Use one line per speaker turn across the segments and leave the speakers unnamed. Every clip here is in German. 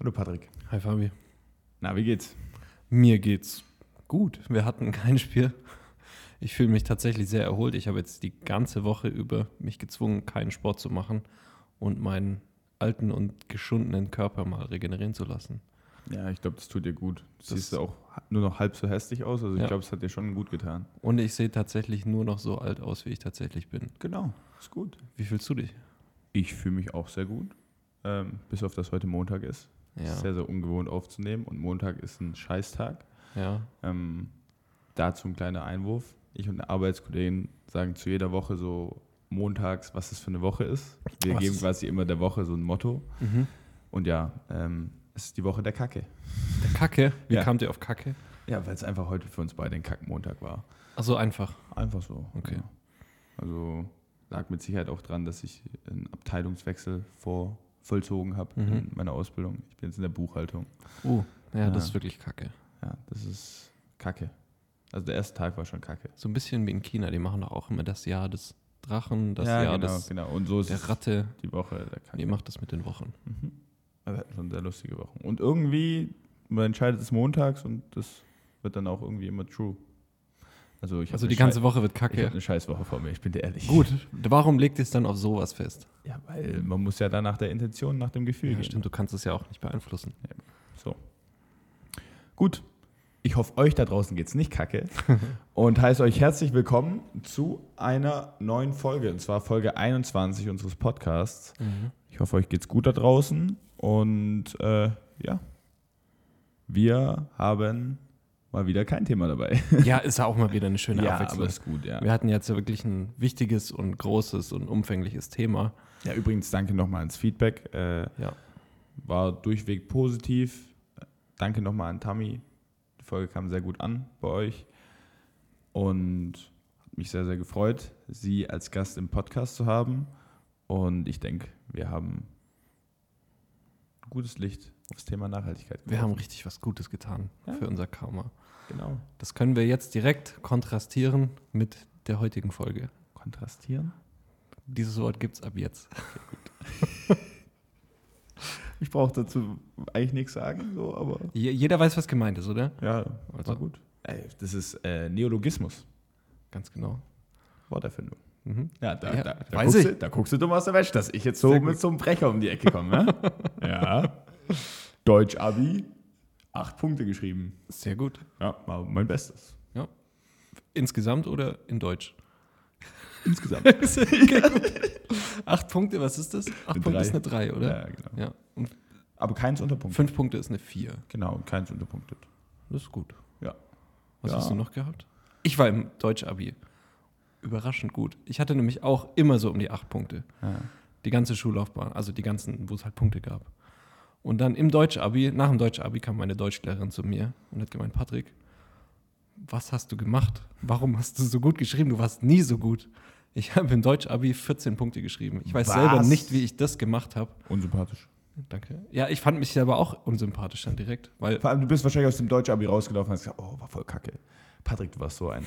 Hallo Patrick.
Hi Fabi.
Na, wie geht's?
Mir geht's gut. Wir hatten kein Spiel. Ich fühle mich tatsächlich sehr erholt. Ich habe jetzt die ganze Woche über mich gezwungen, keinen Sport zu machen und meinen alten und geschundenen Körper mal regenerieren zu lassen.
Ja, ich glaube, das tut dir gut. Du
Das-
siehst auch nur noch halb so hässlich aus. Also ich
Ja.
glaube, es hat dir schon gut getan.
Und ich sehe tatsächlich nur noch so alt aus, wie ich tatsächlich bin.
Genau, ist gut.
Wie fühlst du dich?
Ich fühle mich auch sehr gut. Ähm, bis auf das heute Montag ist. Ist sehr, sehr ungewohnt aufzunehmen. Und Montag ist ein Scheißtag.
ja.
Ähm, dazu ein kleiner Einwurf. Ich und eine Arbeitskollegin sagen zu jeder Woche so montags, was es für eine Woche ist. Wir
Was
geben
ist-
quasi immer der Woche so ein Motto.
Mhm.
Und ja, ähm, es ist die Woche der Kacke.
Der Kacke. Wie
Ja.
kamt ihr auf Kacke?
Ja, weil es einfach heute für uns beide ein Kackmontag war.
Ach so, einfach.
Einfach so.
Okay.
Ja. Also lag mit Sicherheit auch dran, dass ich einen Abteilungswechsel vor vollzogen habe
Mhm.
in meiner Ausbildung. Ich bin jetzt in der Buchhaltung.
Oh, ja,
Ja.
das ist wirklich Kacke.
Ja, das ist Kacke. Also der erste Tag war schon Kacke.
So ein bisschen wie in China. Die machen doch auch immer das Jahr des Drachen, das
ja,
Jahr
genau,
des,
genau. Und so ist
der Ratte.
die Woche der Kacke.
Ihr macht das mit den Wochen.
Mhm. Aber Wir hatten schon sehr lustige Wochen. Und irgendwie, man entscheidet es montags und das wird dann auch irgendwie immer true. Also ich hab
Also
eine
die ganze
Schei-
Woche wird
ich hab
Kacke.
eine Scheißwoche vor mir, ich bin dir ehrlich.
Gut, warum legt ihr es dann auf sowas fest?
Ja, weil man muss ja dann nach der Intention, nach dem Gefühl
Ja,
gehen.
stimmt, du kannst es ja auch nicht beeinflussen.
So. Gut. Ich hoffe, euch da draußen geht's nicht kacke. Und heiße euch herzlich willkommen zu einer neuen Folge. Und zwar Folge 21 unseres Podcasts. Ich hoffe, euch geht's gut da draußen. Und äh, ja, wir haben mal wieder kein Thema dabei.
Ja, ist ja auch mal wieder eine schöne Abwechslung.
ist gut, ja.
Wir hatten jetzt Genau, ja wirklich ein wichtiges und großes und umfängliches Thema.
Ja, übrigens, danke nochmal ans Feedback. Äh,
Ja.
War durchweg positiv. Danke nochmal an Tammy. Die Folge kam sehr gut an bei euch. Und hat mich sehr, sehr gefreut, sie als Gast im Podcast zu haben. Und ich denke, wir haben ein gutes Licht aufs Thema Nachhaltigkeit.
Wir haben
geworfen.
richtig was Gutes getan
Ja.
für unser Karma.
Genau.
Das können wir jetzt direkt kontrastieren mit der heutigen Folge.
Kontrastieren.
Dieses Wort gibt es ab jetzt.
Ich brauche dazu eigentlich nichts sagen, so, aber.
Je- Jeder weiß, was gemeint ist, oder?
Ja,
Also-
gut. Ey, das ist äh, Neologismus.
Ganz genau.
Worterfindung.
Mhm.
Ja, da,
Ja,
da, da,
weiß
guckst
ich.
Du, da guckst du dumm aus der Wäsche, dass ich jetzt so
Sehr
mit
gut.
so einem Brecher um die Ecke komme. Ne? ja. Deutsch-Abi, acht Punkte geschrieben.
Sehr gut.
Ja, war mein Bestes.
Insgesamt oder in Deutsch?
Insgesamt.
Acht Punkte, was ist das? Acht
Eine
Punkte
drei.
ist eine 3, oder?
ja, genau.
Ja. Und
Aber keins unterpunktet.
fünf Punkte ist eine 4.
Genau, keins unterpunktet.
Das ist gut.
Ja.
Was
Ja.
hast du noch gehabt? Ich war im Deutsch-Abi. Überraschend gut. Ich hatte nämlich auch immer so um die acht Punkte.
ja.
Die ganze Schullaufbahn, also die ganzen, wo es halt Punkte gab. Und dann im Deutsch-Abi, nach dem Deutsch-Abi kam meine Deutschlehrerin zu mir und hat gemeint, Patrick, was hast du gemacht? Warum hast du so gut geschrieben? Du warst nie so gut. Ich habe im Deutsch-Abi 14 Punkte geschrieben. Ich weiß
Was?
selber nicht, wie ich das gemacht habe.
Unsympathisch.
Danke. Ja, ich fand mich selber auch unsympathisch dann direkt, weil
Vor allem, du bist wahrscheinlich aus dem Deutsch-Abi rausgelaufen und hast gesagt, oh, war voll kacke. Patrick, du warst so einer.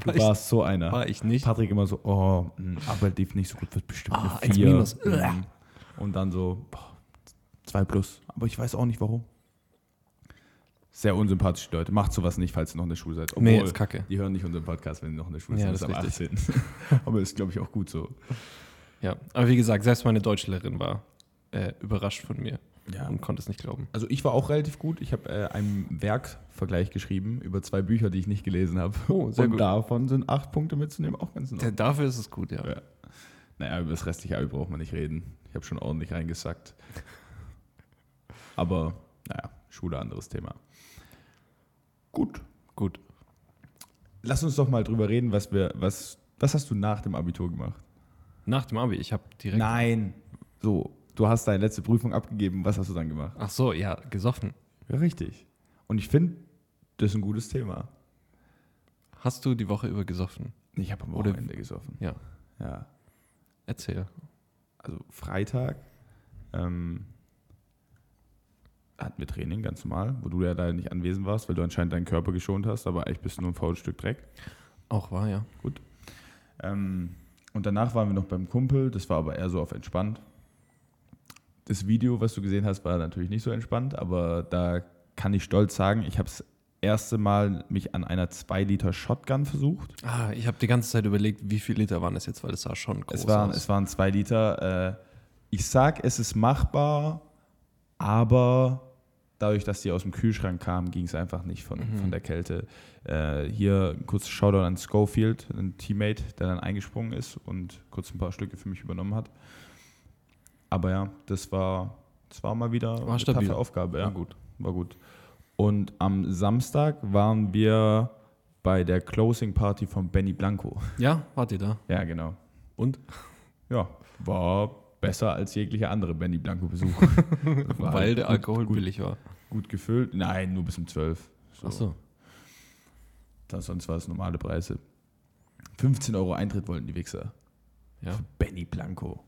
Du
war, ich,
warst so einer.
war ich nicht.
Patrick immer so, oh, mh, aber lief nicht so gut, wird bestimmt
Ah,
eine
eins
4.
minus.
Mhm. Und dann so, boah, 2 plus. Aber ich weiß auch nicht warum. Sehr unsympathische Leute. Macht sowas nicht, falls ihr noch in der Schule seid. Obwohl,
Nee, ist kacke.
die hören nicht unseren Podcast, wenn sie noch in der Schule
Ja,
sind.
das
bis am
ist
18. aber ist, glaube ich, auch gut so.
Ja, aber wie gesagt, selbst meine Deutschlehrerin war äh, überrascht von mir und konnte es nicht glauben.
Also ich war auch relativ gut. Ich habe äh, einen Werkvergleich geschrieben über zwei Bücher, die ich nicht gelesen habe.
Oh, sehr
und
gut.
davon sind acht Punkte mitzunehmen auch ganz in Ordnung.
Dafür ist es gut, ja.
Ja. Naja, über das restliche Abi braucht man nicht reden. Ich habe schon ordentlich reingesackt. Aber, naja, Schule, anderes Thema. Gut.
Gut.
Lass uns doch mal drüber reden, was wir, was, was hast du nach dem Abitur gemacht?
Nach dem Abi, ich habe direkt.
Nein. So, du hast deine letzte Prüfung abgegeben, was hast du dann gemacht?
Ach so, ja, gesoffen.
Ja, richtig. Und ich finde, das ist ein gutes Thema.
Hast du die Woche über gesoffen?
Ich habe am
Oder-
Wochenende gesoffen.
Ja.
Ja.
Erzähl.
Also Freitag ähm, hatten wir Training, ganz normal, wo du ja leider nicht anwesend warst, weil du anscheinend deinen Körper geschont hast, aber eigentlich bist du nur ein faules Stück Dreck.
Auch war ja.
Ähm, und danach waren wir noch beim Kumpel, das war aber eher so auf entspannt. Das Video, was du gesehen hast, war natürlich nicht so entspannt, aber da kann ich stolz sagen, ich habe das erste Mal mich an einer 2-Liter-Shotgun versucht.
Ah, ich habe die ganze Zeit überlegt, wie viel Liter waren das jetzt, weil das sah schon groß
Es waren,
aus.
es waren 2 Liter. Äh, ich sag, es ist machbar, aber dadurch, dass die aus dem Kühlschrank kamen, ging es einfach nicht von,
Mhm.
von der Kälte. Äh, hier ein kurzes Shoutout an Schofield, ein Teammate, der dann eingesprungen ist und kurz ein paar Stücke für mich übernommen hat. Aber ja, das war, das war mal wieder
War stabil.
taffe Aufgabe. Ja.
War gut.
War gut. Und am Samstag waren wir bei der Closing Party von Benny Blanco.
Ja, wart ihr da?
Ja, genau.
Und?
Ja, war besser als jeglicher andere Benny Blanco-Besuch. War halt
Weil der
gut-
Alkohol
gut,
billig war.
gut gefüllt. Nein, nur bis um 12.
Ach so.
Das, sonst war es normale Preise. 15 Euro Eintritt wollten die Wichser.
Ja.
Für Benny Blanco.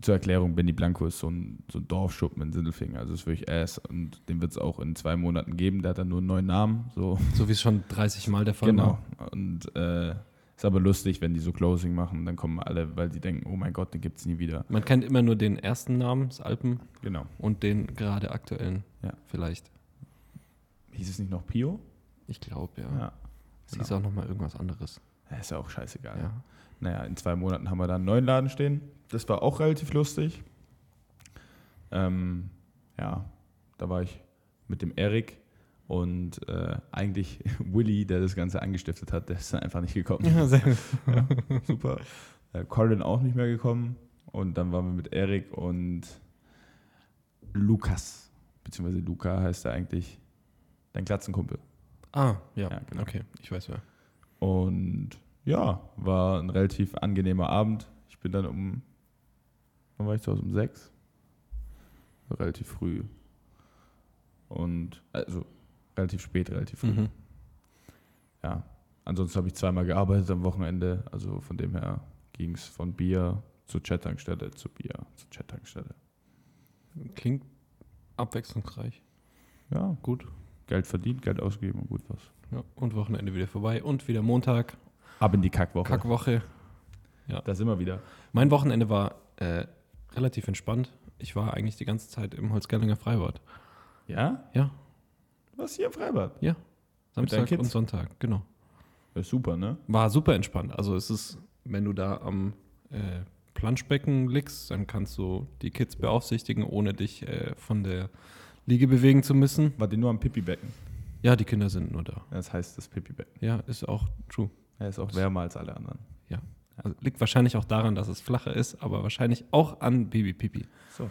Zur Erklärung, Benny Blanco ist so ein, so ein Dorfschuppen in Sindelfingen. Also ist wirklich ass. Und den wird es auch in zwei Monaten geben. Der hat dann nur einen neuen Namen. So.
So wie es schon 30 Mal der Fall
Genau.
war.
Und äh, ist aber lustig, wenn die so Closing machen. Dann kommen alle, weil die denken, oh mein Gott, den gibt es nie wieder.
Man kennt immer nur den ersten Namen, das Alpen,
Genau.
und den gerade aktuellen.
Ja.
Vielleicht.
Hieß es nicht noch Pio?
Ich glaube, ja.
Ja.
Es hieß auch nochmal irgendwas anderes.
Ja, ist ja auch scheißegal.
Ja.
Naja, in zwei Monaten haben wir da einen neuen Laden stehen. Das war auch relativ lustig. Ähm, ja, da war ich mit dem Erik und äh, eigentlich Willy, der das Ganze angestiftet hat, der ist dann einfach nicht gekommen. Super. Äh, Colin auch nicht mehr gekommen. Und dann waren wir mit Erik und Lukas. Beziehungsweise Luca heißt er eigentlich dein Glatzenkumpel.
ah, ja.
Ja, genau.
Okay, ich weiß wer.
Und ja, war ein relativ angenehmer Abend. Ich bin dann um, wann war ich zu Hause? Um sechs? Relativ früh. Und, also, relativ spät, relativ früh.
Mhm.
Ja. Ansonsten habe ich zweimal gearbeitet am Wochenende. Also von dem her ging es von Bier zur Chattankstelle, zu Bier, zur Chattankstelle.
Klingt abwechslungsreich.
Ja,
Gut.
Geld verdient, Geld ausgegeben und gut was.
Ja. Und Wochenende wieder vorbei. Und wieder Montag.
Ab in die Kackwoche.
Kackwoche.
Da sind wir wieder.
Mein Wochenende war äh, relativ entspannt. Ich war eigentlich die ganze Zeit im Holzgerlinger Freibad.
Ja?
Ja.
Was hier im Freibad? Mit deinen
Samstag
Kids?
und Sonntag, genau.
Das ist super, ne?
War super entspannt. Also es ist, wenn du da am äh, Planschbecken liegst, dann kannst du die Kids beaufsichtigen, ohne dich äh, von der Liege bewegen zu müssen.
Warte nur am Pipi-Becken.
Ja, die Kinder sind nur da.
Das heißt das Pipi-Becken.
Ja, ist auch true.
Er ist auch wärmer als alle anderen.
Also liegt wahrscheinlich auch daran, dass es flacher ist, aber wahrscheinlich auch an Baby-Pipi.
So.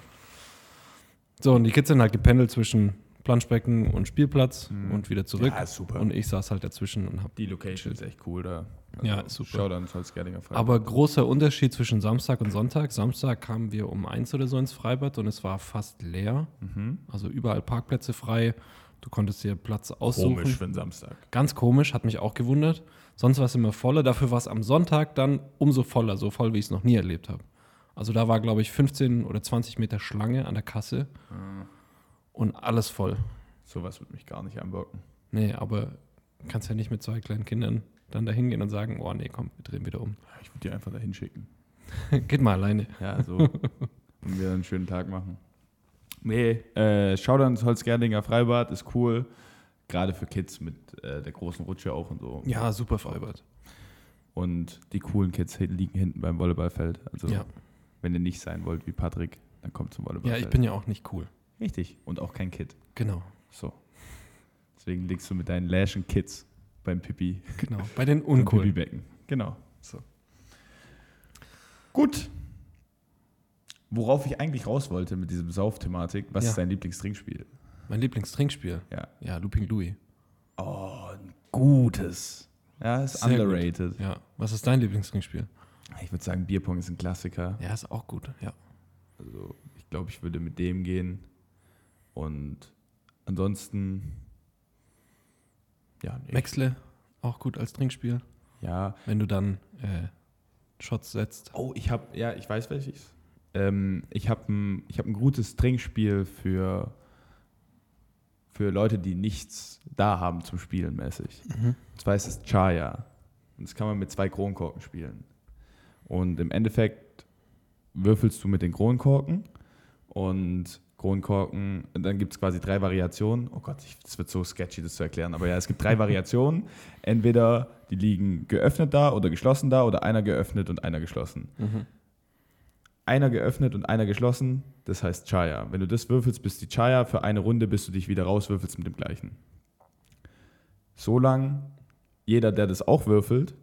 So, und die Kids sind halt gependelt zwischen Planschbecken und Spielplatz
Mhm.
und wieder zurück.
ist super.
und ich saß halt dazwischen und habe
die Location ist echt cool da. Also,
Ja, ist super.
Schau dann Holzgerdinger frei.
Aber großer Unterschied zwischen Samstag und Sonntag. Samstag kamen wir um eins oder so ins Freibad und es war fast leer.
mhm.
Also überall Parkplätze frei. Du konntest dir Platz aussuchen.
komisch für einen Samstag.
Ganz komisch, hat mich auch gewundert. Sonst war es immer voller. Dafür war es am Sonntag dann umso voller, so voll, wie ich es noch nie erlebt habe. Also da war, glaube ich, 15 oder 20 Meter Schlange an der Kasse
Ah.
und alles voll.
Sowas würde mich gar nicht anbocken.
Nee, aber kannst ja nicht mit zwei kleinen Kindern dann da hingehen und sagen, oh nee, komm, wir drehen wieder um.
Ich würde die einfach da hinschicken.
Geht mal alleine.
Ja, so. und wir einen schönen Tag machen. Nee, äh, schau dann Holzgerdinger Freibad, ist cool. Gerade für Kids mit äh, der großen Rutsche auch und so.
Ja, super Freibad.
Und die coolen Kids hin- liegen hinten beim Volleyballfeld. Also,
Ja.
wenn ihr nicht sein wollt wie Patrick, dann kommt zum
Ja,
Volleyballfeld.
ich bin ja auch nicht cool.
Richtig. Und auch kein Kid.
Genau,
So. Deswegen liegst du mit deinen Läschen Kids beim Pipi
genau. Bei den
beim
Uncoolen.
Pipi-Becken. Genau. So. Gut. Worauf ich eigentlich raus wollte mit diesem Sauf-Thematik, was
Ja.
ist dein Lieblingstrinkspiel?
Mein Lieblingstrinkspiel.
Ja.
Ja, Looping Louis.
Oh, ein gutes. Ja, ist
Sehr gut.
underrated.
Ja. Was ist dein Lieblingstrinkspiel?
Ich würde sagen, Bierpong ist ein Klassiker.
Ja, ist auch gut. Ja.
Also, ich Ich glaube, ich würde mit dem gehen. Und ansonsten. Ja, nee.
Wechsle, auch gut als Trinkspiel.
Ja.
Wenn du dann äh, Shots setzt.
Oh, ich habe. Ja, ich weiß welches. Ähm, ich habe ein, ich hab ein gutes Trinkspiel für, für Leute, die nichts da haben zum Spielen mäßig. Und zwar ist es Chaya. Und das kann man mit zwei Kronkorken spielen. Und im Endeffekt würfelst du mit den Kronkorken und Kronkorken, und dann gibt es quasi drei Variationen. Oh Gott, ich, das wird so sketchy, das zu erklären. Aber ja, es gibt drei Variationen. Entweder die liegen geöffnet da oder geschlossen da oder einer geöffnet und einer geschlossen.
Mhm.
Einer geöffnet und einer geschlossen, das heißt Chaya. Wenn du das würfelst, bist die Chaya. Für eine Runde, bis du dich wieder rauswürfelst mit dem gleichen. Solange jeder, der das auch würfelt,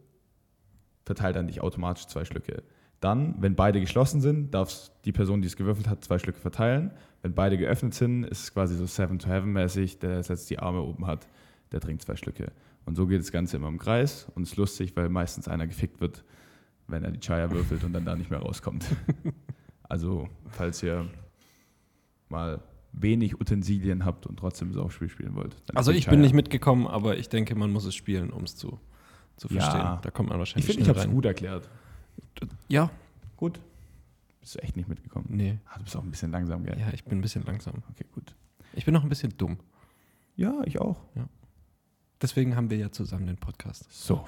verteilt an dich automatisch zwei Schlücke. Dann, wenn beide geschlossen sind, darf die Person, die es gewürfelt hat, zwei Schlücke verteilen. Wenn beide geöffnet sind, ist es quasi so Seven to Heaven mäßig. Der, der jetzt die Arme oben hat, der trinkt zwei Schlücke. Und so geht das Ganze immer im Kreis und ist lustig, weil meistens einer gefickt wird, wenn er die Chaya würfelt und dann da nicht mehr rauskommt. Also, falls ihr mal wenig Utensilien habt und trotzdem Saufspiel spielen wollt. dann
Also
ist die
ich bin
Chaya-
nicht mitgekommen, aber ich denke, man muss es spielen, um es zu, zu
Ja.
verstehen. Da kommt man
Ich
wahrscheinlich
finde, ich
schnell
habe es gut erklärt.
Ja,
Gut. Bist du echt nicht mitgekommen?
nee.
Ah, du bist auch ein bisschen langsam, gell?
Ja, ich bin ein bisschen langsam.
Okay, gut.
Ich bin noch ein bisschen dumm.
Ja, ich auch.
Deswegen haben wir ja zusammen den Podcast.
So.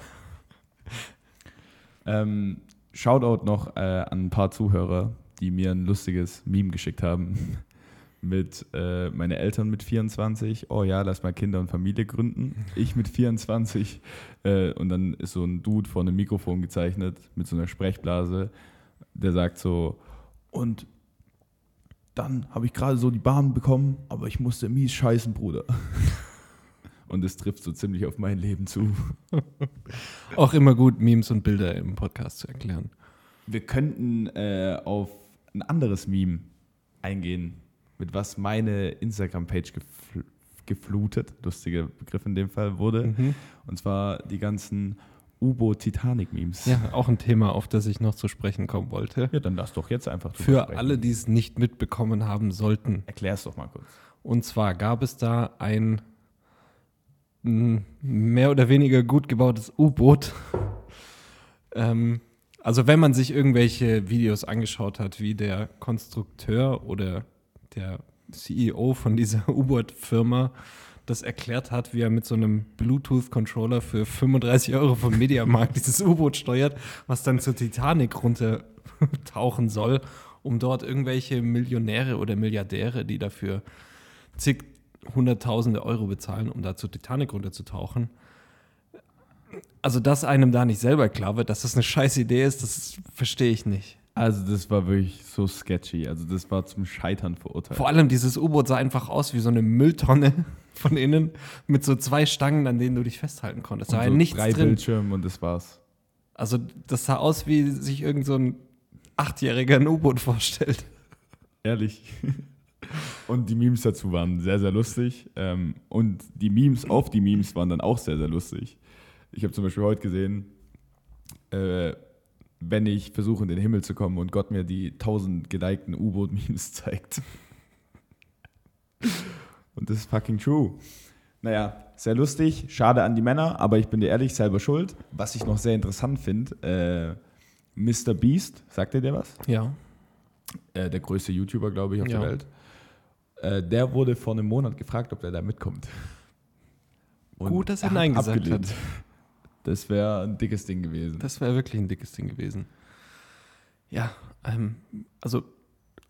ähm, Shoutout noch äh, an ein paar Zuhörer, die mir ein lustiges Meme geschickt haben. Mit äh, meine Eltern mit 24, oh ja, lass mal Kinder und Familie gründen. Ich mit 24 äh, und dann ist so ein Dude vor einem Mikrofon gezeichnet mit so einer Sprechblase, der sagt so, und dann habe ich gerade so die Bahn bekommen, aber ich musste mies scheißen, Bruder. Und es trifft so ziemlich auf mein Leben zu.
Auch immer gut, Memes und Bilder im Podcast zu erklären.
Wir könnten äh, auf ein anderes Meme eingehen, mit was meine Instagram-Page gefl geflutet, lustiger Begriff in dem Fall, wurde.
Mhm.
Und zwar die ganzen U-Boot-Titanic-Memes.
Ja, auch ein Thema, auf das ich noch zu sprechen kommen wollte.
ja, dann lass doch jetzt einfach drüber
Für
sprechen.
alle, die es nicht mitbekommen haben sollten.
Erklär's doch mal kurz.
Und zwar gab es da ein m, mehr oder weniger gut gebautes U-Boot. ähm, also wenn man sich irgendwelche Videos angeschaut hat, wie der Konstrukteur oder der CEO von dieser U-Boot-Firma das erklärt hat, wie er mit so einem Bluetooth-Controller für 35 Euro vom Mediamarkt dieses U-Boot steuert, was dann zur Titanic runtertauchen soll, um dort irgendwelche Millionäre oder Milliardäre, die dafür zig hunderttausende Euro bezahlen, um da zur Titanic runterzutauchen. Also, dass einem da nicht selber klar wird, dass das eine scheiß Idee ist, das verstehe ich nicht.
Also das war wirklich so sketchy. Also das war zum Scheitern verurteilt.
Vor allem dieses U-Boot sah einfach aus wie so eine Mülltonne von innen mit so zwei Stangen, an denen du dich festhalten konntest. Da war
so
ja nichts
Also, drei
drin.
Bildschirme und das war's.
Also, das sah aus, wie sich irgend so ein Achtjähriger ein U-Boot vorstellt.
Ehrlich. Und die Memes dazu waren sehr, sehr lustig. Ähm, und die Memes auf die Memes waren dann auch sehr, sehr lustig. Ich habe zum Beispiel heute gesehen, äh, wenn ich versuche, in den Himmel zu kommen und Gott mir die tausend gelikten U-Boot-Memes zeigt. Und das ist fucking true. Naja, sehr lustig. Schade an die Männer, aber ich bin dir ehrlich, selber schuld. Was ich noch sehr interessant finde, äh, Mr. Beast, sagt ihr der was?
Ja.
äh, der größte YouTuber, glaube ich, auf
Ja.
der Welt. Äh, der wurde vor einem Monat gefragt, ob er da mitkommt. Und
Gut, dass er Nein
hat
gesagt
abgelehnt. Das wäre ein dickes Ding gewesen.
Das wäre wirklich ein dickes Ding gewesen. Ja, ähm, also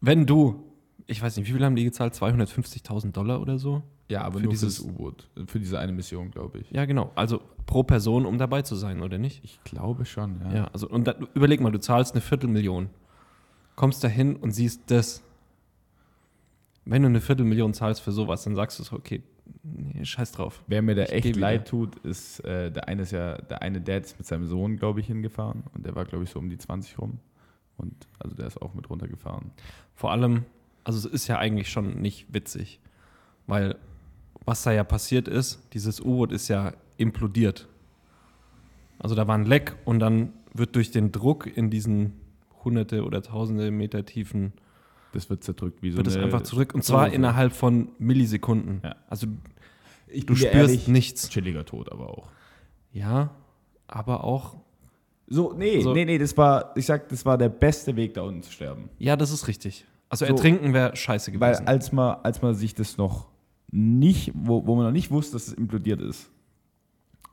wenn du, ich weiß nicht, wie viel haben die gezahlt? 250.000 Dollar oder so?
ja, aber
für
nur
dieses-
dieses U-Boot. Für diese eine Mission, glaube ich.
Ja, genau. Also pro Person, um dabei zu sein, oder nicht?
Ich glaube schon, ja.
Ja, also und dann, überleg mal, du zahlst eine Viertelmillion, kommst dahin und siehst das. Wenn du eine Viertelmillion zahlst für sowas, dann sagst du so, okay, nee, scheiß drauf.
Wer mir da
Ich geh
echt
wieder.
leid tut, ist, äh, der eine ist ja, der eine Dad ist mit seinem Sohn, glaube ich, hingefahren. Und der war, glaube ich, so um die 20 rum. Und also der ist auch mit runtergefahren.
Vor allem, also es ist ja eigentlich schon nicht witzig, weil was da ja passiert ist, dieses U-Boot ist ja implodiert. Also da war ein Leck und dann wird durch den Druck in diesen hunderte oder tausende Meter tiefen
Das wird zerdrückt wie so
wird es
eine
einfach zurück. Und zwar
Dose.
innerhalb von Millisekunden.
Ja.
Also
Ich
du
bin dir
spürst
ehrlich,
nichts.
Chilliger Tod aber auch.
Ja, aber auch.
So, nee,
So.
nee, nee, das war, ich sag, das war der beste Weg, da unten zu sterben.
Ja, das ist richtig. Also
So.
ertrinken wäre scheiße
Weil
gewesen.
als man, als man sich das noch nicht, wo, wo man noch nicht wusste, dass es implodiert ist,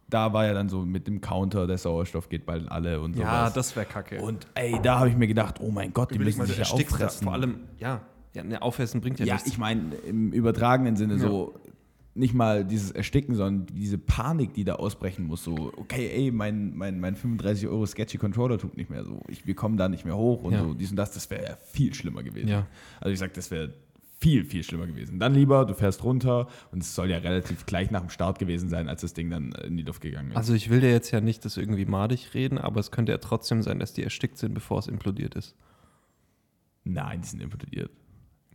da war ja dann so mit dem Counter, der Sauerstoff geht bald in alle und
ja,
sowas.
das wäre kacke.
und ey, da habe ich mir gedacht, oh mein Gott, die
Überleg
müssen sich ja
erstickst da.
auffressen.
Vor allem, ja, ja ne, aufessen bringt ja,
ja,
nichts.
ich meine, im übertragenen Sinne so nicht mal dieses Ersticken, sondern diese Panik, die da ausbrechen muss. So, okay, ey, mein, mein, mein 35 Euro Sketchy Controller tut nicht mehr so. Ich, wir kommen da nicht mehr hoch und
Ja.
so dies und das. Das wäre ja viel schlimmer gewesen.
Ja.
Also ich sag, das wäre viel, viel schlimmer gewesen. Dann lieber, du fährst runter und es soll ja relativ gleich nach dem Start gewesen sein, als das Ding dann in die Luft gegangen ist.
also ich will dir jetzt ja nicht das irgendwie madig reden, aber es könnte ja trotzdem sein, dass die erstickt sind, bevor es implodiert ist.
Nein, die sind implodiert.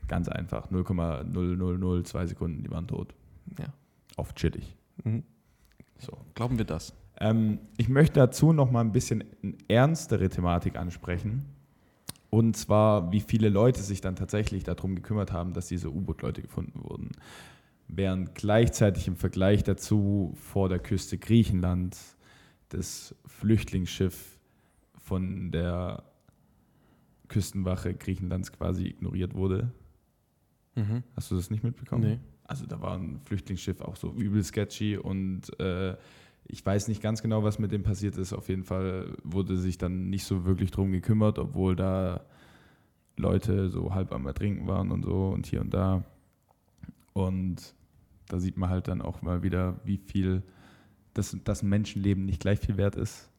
Ganz einfach. 0,0002 Sekunden, die waren tot.
Ja.
Oft chillig.
Mhm.
So.
Glauben wir das?
Ähm, ich möchte dazu noch mal ein bisschen eine ernstere Thematik ansprechen. Und zwar, wie viele Leute sich dann tatsächlich darum gekümmert haben, dass diese U-Boot-Leute gefunden wurden. Während gleichzeitig im Vergleich dazu vor der Küste Griechenland das Flüchtlingsschiff von der Küstenwache Griechenlands quasi ignoriert wurde.
Mhm.
Hast du das nicht mitbekommen?
Nee.
Also da war ein Flüchtlingsschiff auch so übel sketchy und äh, ich weiß nicht ganz genau, was mit dem passiert ist. Auf jeden Fall wurde sich dann nicht so wirklich drum gekümmert, obwohl da Leute so halb am Ertrinken waren und so und hier und da. Und da sieht man halt dann auch mal wieder, wie viel, dass, dass ein Menschenleben nicht gleich viel wert ist.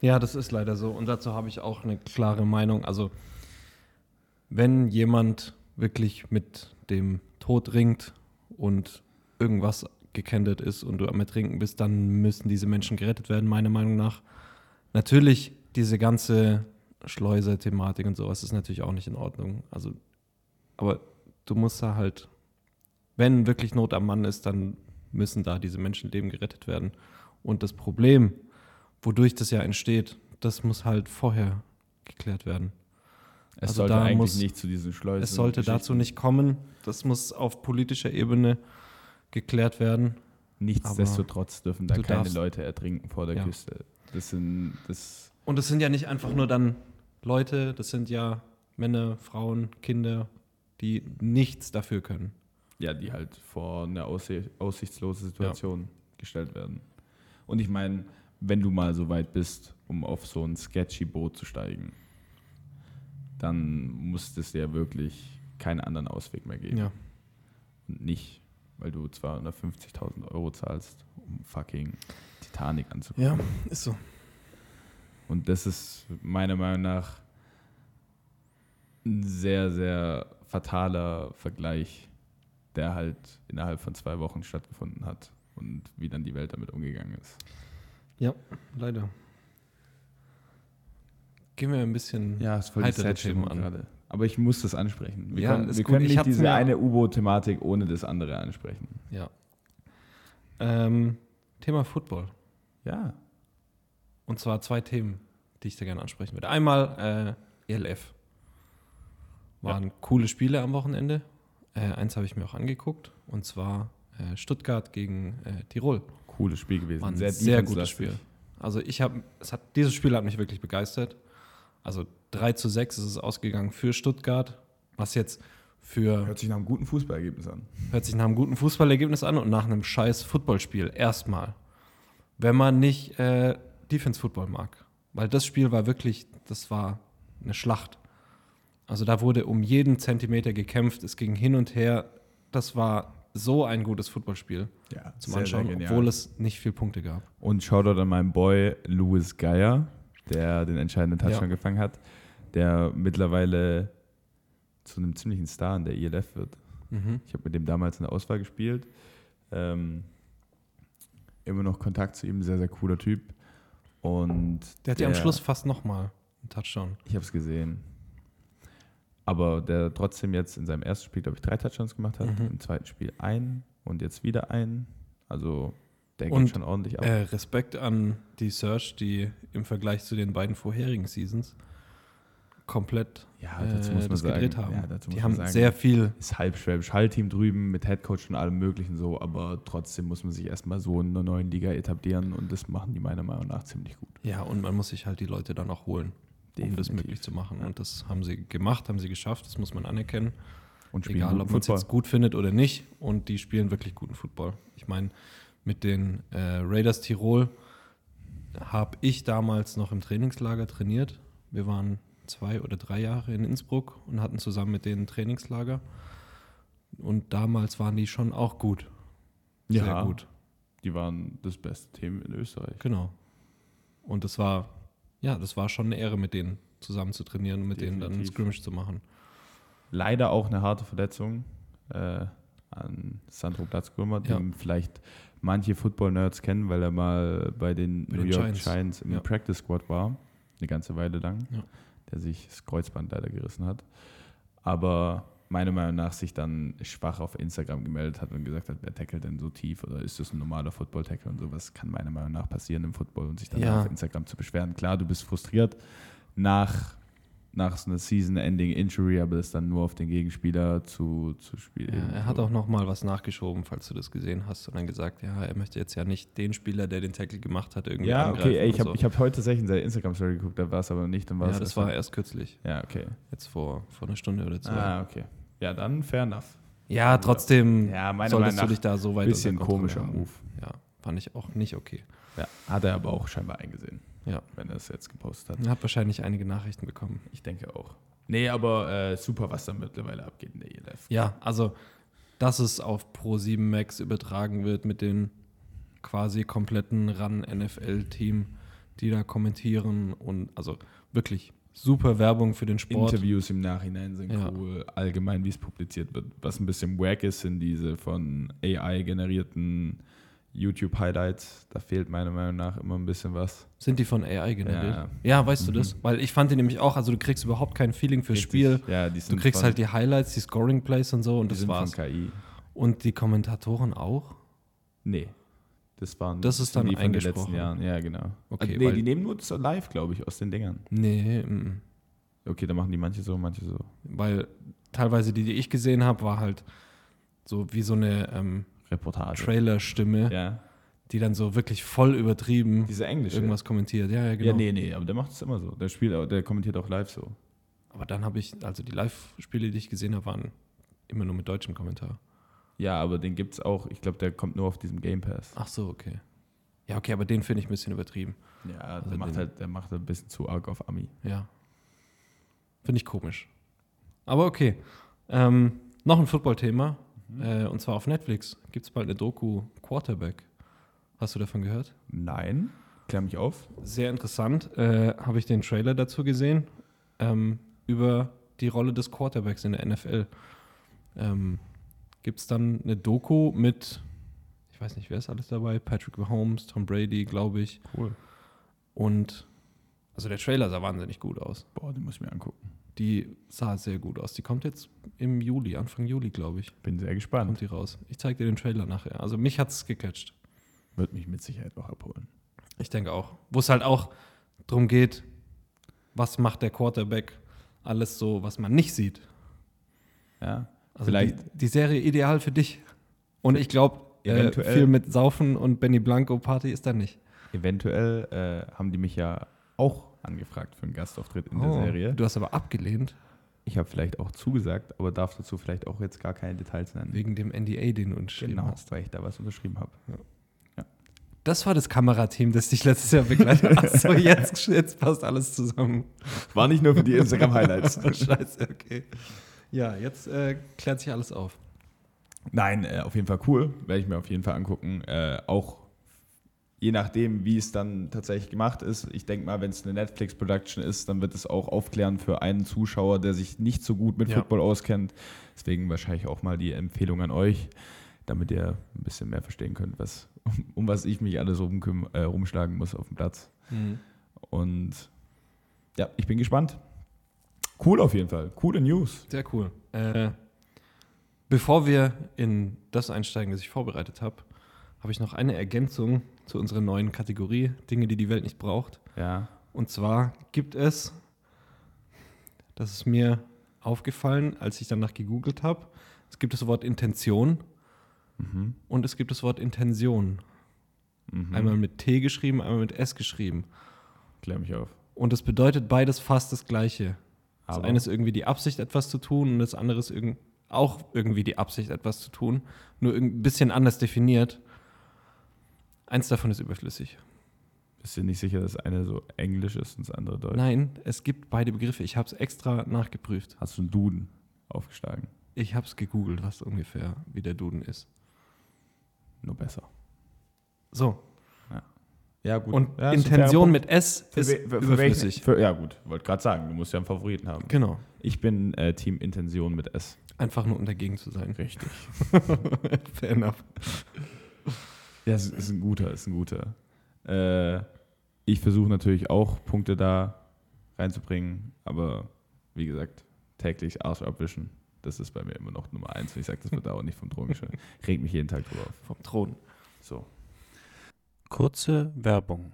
Ja, das ist leider so. Und dazu habe ich auch eine klare Meinung. Also, wenn jemand wirklich mit dem Tod ringt und irgendwas gekendet ist und du am Ertrinken bist, dann müssen diese Menschen gerettet werden, meiner Meinung nach. Natürlich, diese ganze Schleuser-Thematik und sowas ist natürlich auch nicht in Ordnung. Also, aber du musst da halt, wenn wirklich Not am Mann ist, dann müssen da diese Menschenleben gerettet werden. Und das Problem wodurch das ja entsteht, das muss halt vorher geklärt werden.
Es
Also
sollte
da
eigentlich
muss-
nicht zu diesen Schleusen.
es sollte dazu
Geschichten.
nicht kommen. Das muss auf politischer Ebene geklärt werden.
Nichtsdestotrotz dürfen da
du
keine
darfst-
Leute ertrinken vor der
Ja.
Küste. Das sind das.
Und es sind ja nicht einfach nur dann Leute, das sind ja Männer, Frauen, Kinder, die nichts dafür können.
Ja, die halt vor eine aussi- aussichtslose Situation gestellt werden. Und ich meine, wenn du mal so weit bist, um auf so ein sketchy Boot zu steigen, dann muss es ja wirklich keinen anderen Ausweg mehr geben.
Ja.
Und nicht, weil du 250.000 Euro zahlst, um fucking Titanic anzugucken.
ja, ist so.
Und das ist meiner Meinung nach ein sehr, sehr fataler Vergleich, der halt innerhalb von zwei Wochen stattgefunden hat und wie dann die Welt damit umgegangen ist.
Leider. Gehen wir ein bisschen.
Ja, ist
voll die Heitere Sad-Stimmung Themen an.
gerade. Aber ich muss das ansprechen. Wir
Ja,
können,
ist
wir
gut.
können
Ich
nicht
hab's
diese
mir-
eine U-Boot-Thematik ohne das andere ansprechen.
ja. Ähm, Thema Football.
Ja.
Und zwar zwei Themen, die ich da gerne ansprechen würde. Einmal äh, ELF. Waren coole Spiele am Wochenende. Äh, eins habe ich mir auch angeguckt. Und zwar äh, Stuttgart gegen äh, Tirol.
Cooles Spiel gewesen.
War ein sehr gutes
defenselastig.
Spiel. Also ich habe, es hat, dieses Spiel hat mich wirklich begeistert. Also 3 zu 6 ist es ausgegangen für Stuttgart, was jetzt für
Hört sich nach einem guten Fußballergebnis an.
Hört sich nach einem guten Fußballergebnis an und nach einem scheiß Footballspiel. Erstmal. Wenn man nicht äh, Defense Football mag. Weil das Spiel war wirklich, das war eine Schlacht. Also da wurde um jeden Zentimeter gekämpft, es ging hin und her. Das war so ein gutes Footballspiel
Ja,
zum Anschauen, obwohl es nicht viel Punkte gab.
Und Shoutout an meinen Boy Louis Geier, der den entscheidenden Touchdown
Ja.
gefangen hat, der mittlerweile zu einem ziemlichen Star in der ELF wird.
Mhm.
Ich habe mit dem damals in der Auswahl gespielt. Ähm, immer noch Kontakt zu ihm, sehr, sehr cooler Typ. Und
Der hat ja am Schluss fast nochmal einen Touchdown.
Ich habe es gesehen. Aber der trotzdem jetzt in seinem ersten Spiel, glaube ich, drei Touchdowns gemacht hat,
Mhm.
im zweiten Spiel einen und jetzt wieder einen. Also der
Und,
geht schon ordentlich ab.
Äh, Respekt an die Search, die im Vergleich zu den beiden vorherigen Seasons komplett
Ja,
äh,
dazu muss man
das
sagen.
gedreht haben.
Ja, dazu muss
die
man
haben
sagen.
sehr viel
Ist halb Schwäbisch Hall-Team drüben mit Headcoach und allem Möglichen so, aber trotzdem muss man sich erstmal so in einer neuen Liga etablieren und das machen die meiner Meinung nach ziemlich gut.
Ja, und man muss sich halt die Leute dann auch holen, um das
Definitiv.
möglich zu machen. Und das haben sie gemacht, haben sie geschafft, das muss man anerkennen.
Und spielen
Egal,
guten
ob man es
Football.
jetzt gut findet oder nicht. Und die spielen wirklich guten Football. Ich meine, mit den äh, Raiders Tirol habe ich damals noch im Trainingslager trainiert. Wir waren zwei oder drei Jahre in Innsbruck und hatten zusammen mit denen ein Trainingslager. Und damals waren die schon auch gut. Sehr
ja,
gut.
Die waren das beste Team in Österreich.
Genau. Und das war, ja, das war schon eine Ehre, mit denen zusammen zu trainieren und mit denen dann
Definitiv.
Scrimmage zu machen.
Leider auch eine harte Verletzung äh, an Sandro Platzkürmer,
Ja.
den vielleicht manche Football-Nerds kennen, weil er mal bei den
Bei
New
den
York
Giants.
Giants, im
Ja.
Practice Squad war, eine ganze Weile lang,
Ja.
der sich das Kreuzband leider gerissen hat. Aber meiner Meinung nach sich dann schwach auf Instagram gemeldet hat und gesagt hat, wer tackelt denn so tief oder ist das ein normaler Football-Tackle und sowas kann meiner Meinung nach passieren im Football und sich dann
Ja.
auf Instagram zu beschweren. Klar, du bist frustriert nach, nach so einer Season-Ending-Injury, aber das dann nur auf den Gegenspieler zu, zu
Ja,
spielen.
er hat
so.
auch noch mal was nachgeschoben, falls du das gesehen hast, und dann gesagt, ja, er möchte jetzt ja nicht den Spieler, der den Tackle gemacht hat, irgendwie
Ja,
angreifen.
okay, ey, ich
und
habe hab heute tatsächlich seine Instagram-Story geguckt, da war es aber nicht. Dann
so.
war
ja,
es
das
erst-
war erst kürzlich,
Ja, okay.
jetzt vor, vor einer Stunde oder zwei.
Ah, okay. Ja, dann fair enough.
ja, trotzdem
Ja, meiner Meinung
solltest du
nach
dich da so weit
bisschen
unter Kontrolle
komischer
haben.
Move.
Ja, fand ich auch nicht okay.
Ja, hat er aber auch scheinbar eingesehen,
Ja,
wenn er es jetzt gepostet hat.
er hat wahrscheinlich einige Nachrichten bekommen.
Ich denke auch. Nee, aber äh, super, was da mittlerweile abgeht in der E ELF.
Ja, also, dass es auf Pro7 Max übertragen wird mit den quasi kompletten RAN-NFL-Team, die da kommentieren und also wirklich super Werbung für den Sport.
Interviews im Nachhinein sind
Ja.
cool, allgemein wie es publiziert wird. Was ein bisschen wack ist, sind diese von AI generierten YouTube-Highlights. Da fehlt meiner Meinung nach immer ein bisschen was.
Sind die von AI generiert?
Ja. Mhm.
Ja, weißt du das? Weil ich fand die nämlich auch, also du kriegst überhaupt kein Feeling fürs Spiel.
Richtig. Ja, die
Du
sind
kriegst
von,
halt die Highlights, die Scoring-Plays und so und
die
das
sind
war's.
von KI.
Und die Kommentatoren auch?
Nee. Das waren
Das ist
sind
dann
die von den letzten
eingesprochen.
Jahren. Ja, genau.
Okay,
Ah, nee,
weil-
die nehmen nur so live, glaube ich, aus den Dingern.
Nee, mm.
Okay, dann machen die manche so, manche so.
weil teilweise die, die ich gesehen habe, war halt so wie so eine ähm,
Reportage.
Trailer-Stimme.
ja.
die dann so wirklich voll übertrieben
Diese englische.
irgendwas kommentiert. Ja, ja, genau.
Ja, nee, nee, aber der macht es immer so. Der spielt, auch- der kommentiert auch live so.
Aber dann habe ich, also die Live-Spiele, die ich gesehen habe, waren immer nur mit deutschem Kommentar.
Ja, aber den gibt's auch. Ich glaube, der kommt nur auf diesem Game Pass.
Ach so, okay. Ja, okay, aber den finde ich ein bisschen übertrieben.
Ja,
Also
der macht
den-
halt, der macht ein bisschen zu arg auf Ami.
Ja. Finde ich komisch. Aber okay. Ähm, noch ein Football-Thema. Äh, und zwar auf Netflix gibt es bald eine Doku Quarterback. Hast du davon gehört?
Nein, klär mich auf.
Sehr interessant. Äh, Habe ich den Trailer dazu gesehen ähm, über die Rolle des Quarterbacks in der NFL. Ähm, Gibt es dann eine Doku mit, ich weiß nicht, wer ist alles dabei? Patrick Mahomes, Tom Brady, glaube ich.
Cool.
Und also der Trailer sah wahnsinnig gut aus.
Boah, den muss ich mir angucken.
Die sah sehr gut aus. Die kommt jetzt im Juli, Anfang Juli, glaube ich.
Bin sehr gespannt.
Kommt die raus. Ich zeige dir den Trailer nachher. Also mich hat es gecatcht.
Wird mich mit Sicherheit auch abholen.
Ich denke auch. Wo es halt auch darum geht, was macht der Quarterback, alles so, was man nicht sieht.
Ja.
Also
Vielleicht,
Die, die Serie ideal für dich. Und ich glaube, äh,
Eventuell.
viel mit Saufen und Benny Blanco Party ist da nicht.
eventuell äh, haben die mich ja auch angefragt für einen Gastauftritt in der Serie.
Du hast aber abgelehnt
Ich habe vielleicht auch zugesagt, aber darf dazu vielleicht auch jetzt gar keine Details nennen.
wegen dem NDA, den du unterschrieben
Genau,
hast.
weil ich da was unterschrieben habe.
Das war das Kamerateam, das dich letztes Jahr begleitet hat. So, jetzt, jetzt passt alles zusammen.
War nicht nur für die Instagram-Highlights.
Scheiße, okay. Ja, jetzt äh, klärt sich alles auf.
Nein, äh, auf jeden Fall cool. Werde ich mir auf jeden Fall angucken. Äh, auch je nachdem, wie es dann tatsächlich gemacht ist. Ich denke mal, wenn es eine Netflix-Production ist, dann wird es auch aufklären für einen Zuschauer, der sich nicht so gut mit
Ja.
Football auskennt. Deswegen wahrscheinlich auch mal die Empfehlung an euch, damit ihr ein bisschen mehr verstehen könnt, was, um, um was ich mich alles rumküm- äh, rumschlagen muss auf dem Platz. Und ja, ich bin gespannt. Cool auf jeden Fall. Coole News.
Sehr cool. Äh, bevor wir in das einsteigen, das ich vorbereitet habe, habe ich noch eine Ergänzung zu unserer neuen Kategorie, Dinge, die die Welt nicht braucht.
Ja.
Und zwar gibt es Das ist mir aufgefallen, als ich danach gegoogelt habe. Es gibt das Wort Intention und es gibt das Wort Intention. Einmal mit T geschrieben, einmal mit S geschrieben.
Klär mich auf.
Und das bedeutet beides fast das Gleiche. Das
Aber-
eine ist irgendwie die Absicht, etwas zu tun, und das andere ist irgend auch irgendwie die Absicht, etwas zu tun, nur irgend- ein bisschen anders definiert. Eins davon ist überflüssig.
Bist du nicht sicher, dass das eine so Englisch ist und das andere Deutsch?
Nein, es gibt beide Begriffe. Ich habe es extra nachgeprüft.
Hast du einen Duden aufgeschlagen?
Ich habe es gegoogelt, was ungefähr wie der Duden ist.
Nur besser.
So,
Ja, gut.
und
ja, ist ein fairer
Intention
Punkt.
mit S
Für
ist
we- für- für welchen-
überflüssig.
Für, ja, gut. Wollte gerade sagen, du musst ja einen Favoriten haben.
Genau,
Ich bin äh, Team Intention mit S.
einfach nur um dagegen zu sein.
Richtig.
Fair enough.
Ja, ist, ist ein guter, ist ein guter. Äh, ich versuche natürlich auch Punkte da reinzubringen, aber wie gesagt, täglich Arsch abwischen. Das ist bei mir immer noch Nummer eins. Und ich sage, das wird auch nicht vom Drogenschein. Regt mich jeden Tag drüber auf.
Vom Thron.
So.
Kurze Werbung.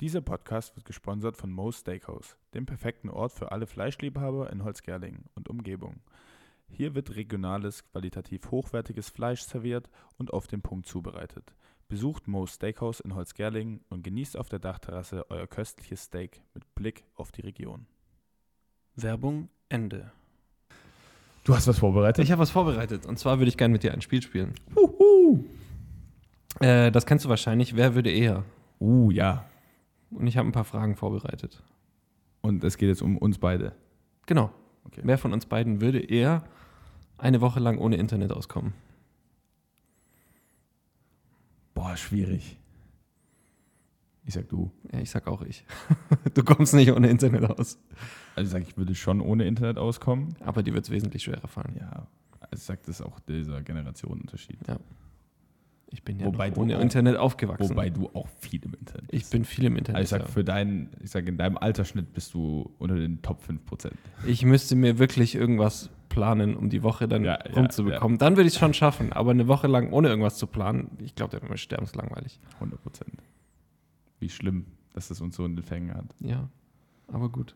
Dieser Podcast wird gesponsert von Moe's Steakhouse, dem perfekten Ort für alle Fleischliebhaber in Holzgerlingen und Umgebung. Hier wird regionales, qualitativ hochwertiges Fleisch serviert und auf den Punkt zubereitet. Besucht Moe's Steakhouse in Holzgerlingen und genießt auf der Dachterrasse euer köstliches Steak mit Blick auf die Region.
Werbung Ende.
Du hast was vorbereitet?
Ich habe was vorbereitet. Und zwar würde ich gerne mit dir ein Spiel spielen. Äh, das kennst du wahrscheinlich. Wer würde eher?
Uh, ja.
Und ich habe ein paar Fragen vorbereitet.
Und es geht jetzt um uns beide.
Genau.
Okay.
Wer von uns beiden würde eher eine Woche lang ohne Internet auskommen?
Boah, schwierig. Ich sag du.
Ja, ich sag auch ich. du kommst nicht ohne Internet aus.
Also sag ich würde schon ohne Internet auskommen.
Aber dir wird es wesentlich schwerer fallen.
Ja, es sagt es auch dieser Generationenunterschied.
Ich bin ja
Wobei
noch
du
ohne
auch-
Internet aufgewachsen.
Wobei du auch viel im Internet
ich bin viel im Internet.
also ich sag,
ja.
für deinen, ich sag, in deinem Altersschnitt bist du unter den Top 5%.
ich müsste mir wirklich irgendwas planen, um die Woche dann
Ja, ja,
rumzubekommen. Dann würde ich es schon schaffen. Aber eine Woche lang ohne irgendwas zu planen, ich glaube, dann wäre mir sterbenslangweilig.
100%. Wie schlimm, dass das uns so in den Fängen hat.
Ja, aber gut.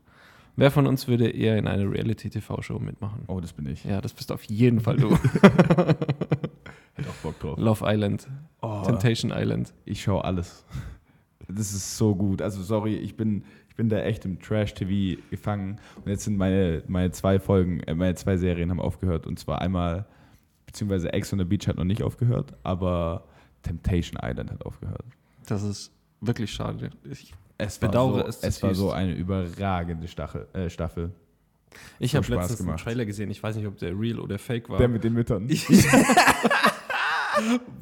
Wer von uns würde eher in einer Reality-TV-Show mitmachen?
Oh, das bin ich.
Ja, das bist auf jeden Fall du.
Hätte auch Bock drauf.
Love Island,
Oh,
Temptation Island.
ich schaue alles. Das ist so gut. Also sorry, ich bin, ich bin da echt im Trash-TV gefangen. Und jetzt sind meine, meine zwei Folgen, äh, meine zwei Serien haben aufgehört. Und zwar einmal, beziehungsweise Ex on the Beach hat noch nicht aufgehört, aber Temptation Island hat aufgehört.
Das ist wirklich schade. Ich,
Es
Bedauere
war so,
es
es, war so
zutiefst.
eine überragende Stachel, äh, Staffel.
ich
So
habe
Spaß
letztens einen
gemacht.
Trailer gesehen, ich weiß nicht, ob der real oder fake war.
mit den Müttern.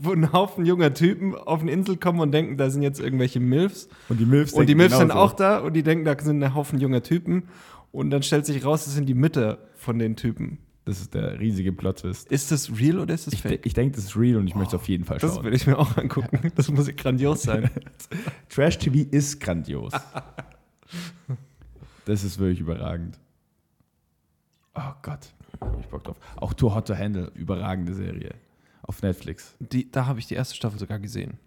wo ein Haufen junger Typen auf eine Insel kommen und denken, da sind jetzt irgendwelche Milfs.
und die Milfs,
Und die
denken
Milfs sind
genauso.
auch da und die denken, da sind ein Haufen junger Typen. Und dann stellt sich raus, das sind die Mütter von den Typen.
Das ist der riesige Plot-Twist.
Ist das real oder ist das
Ich,
fake? Oh,
ich denke, das ist real und ich möchte es auf jeden Fall
Das
schauen.
will ich mir auch angucken. Das muss ja grandios sein.
Trash-TV ist grandios. das ist wirklich überragend. Oh Gott, hab ich Bock drauf. Auch Too Hot to Handle, überragende Serie. Auf Netflix.
Die, da habe ich die erste Staffel sogar gesehen.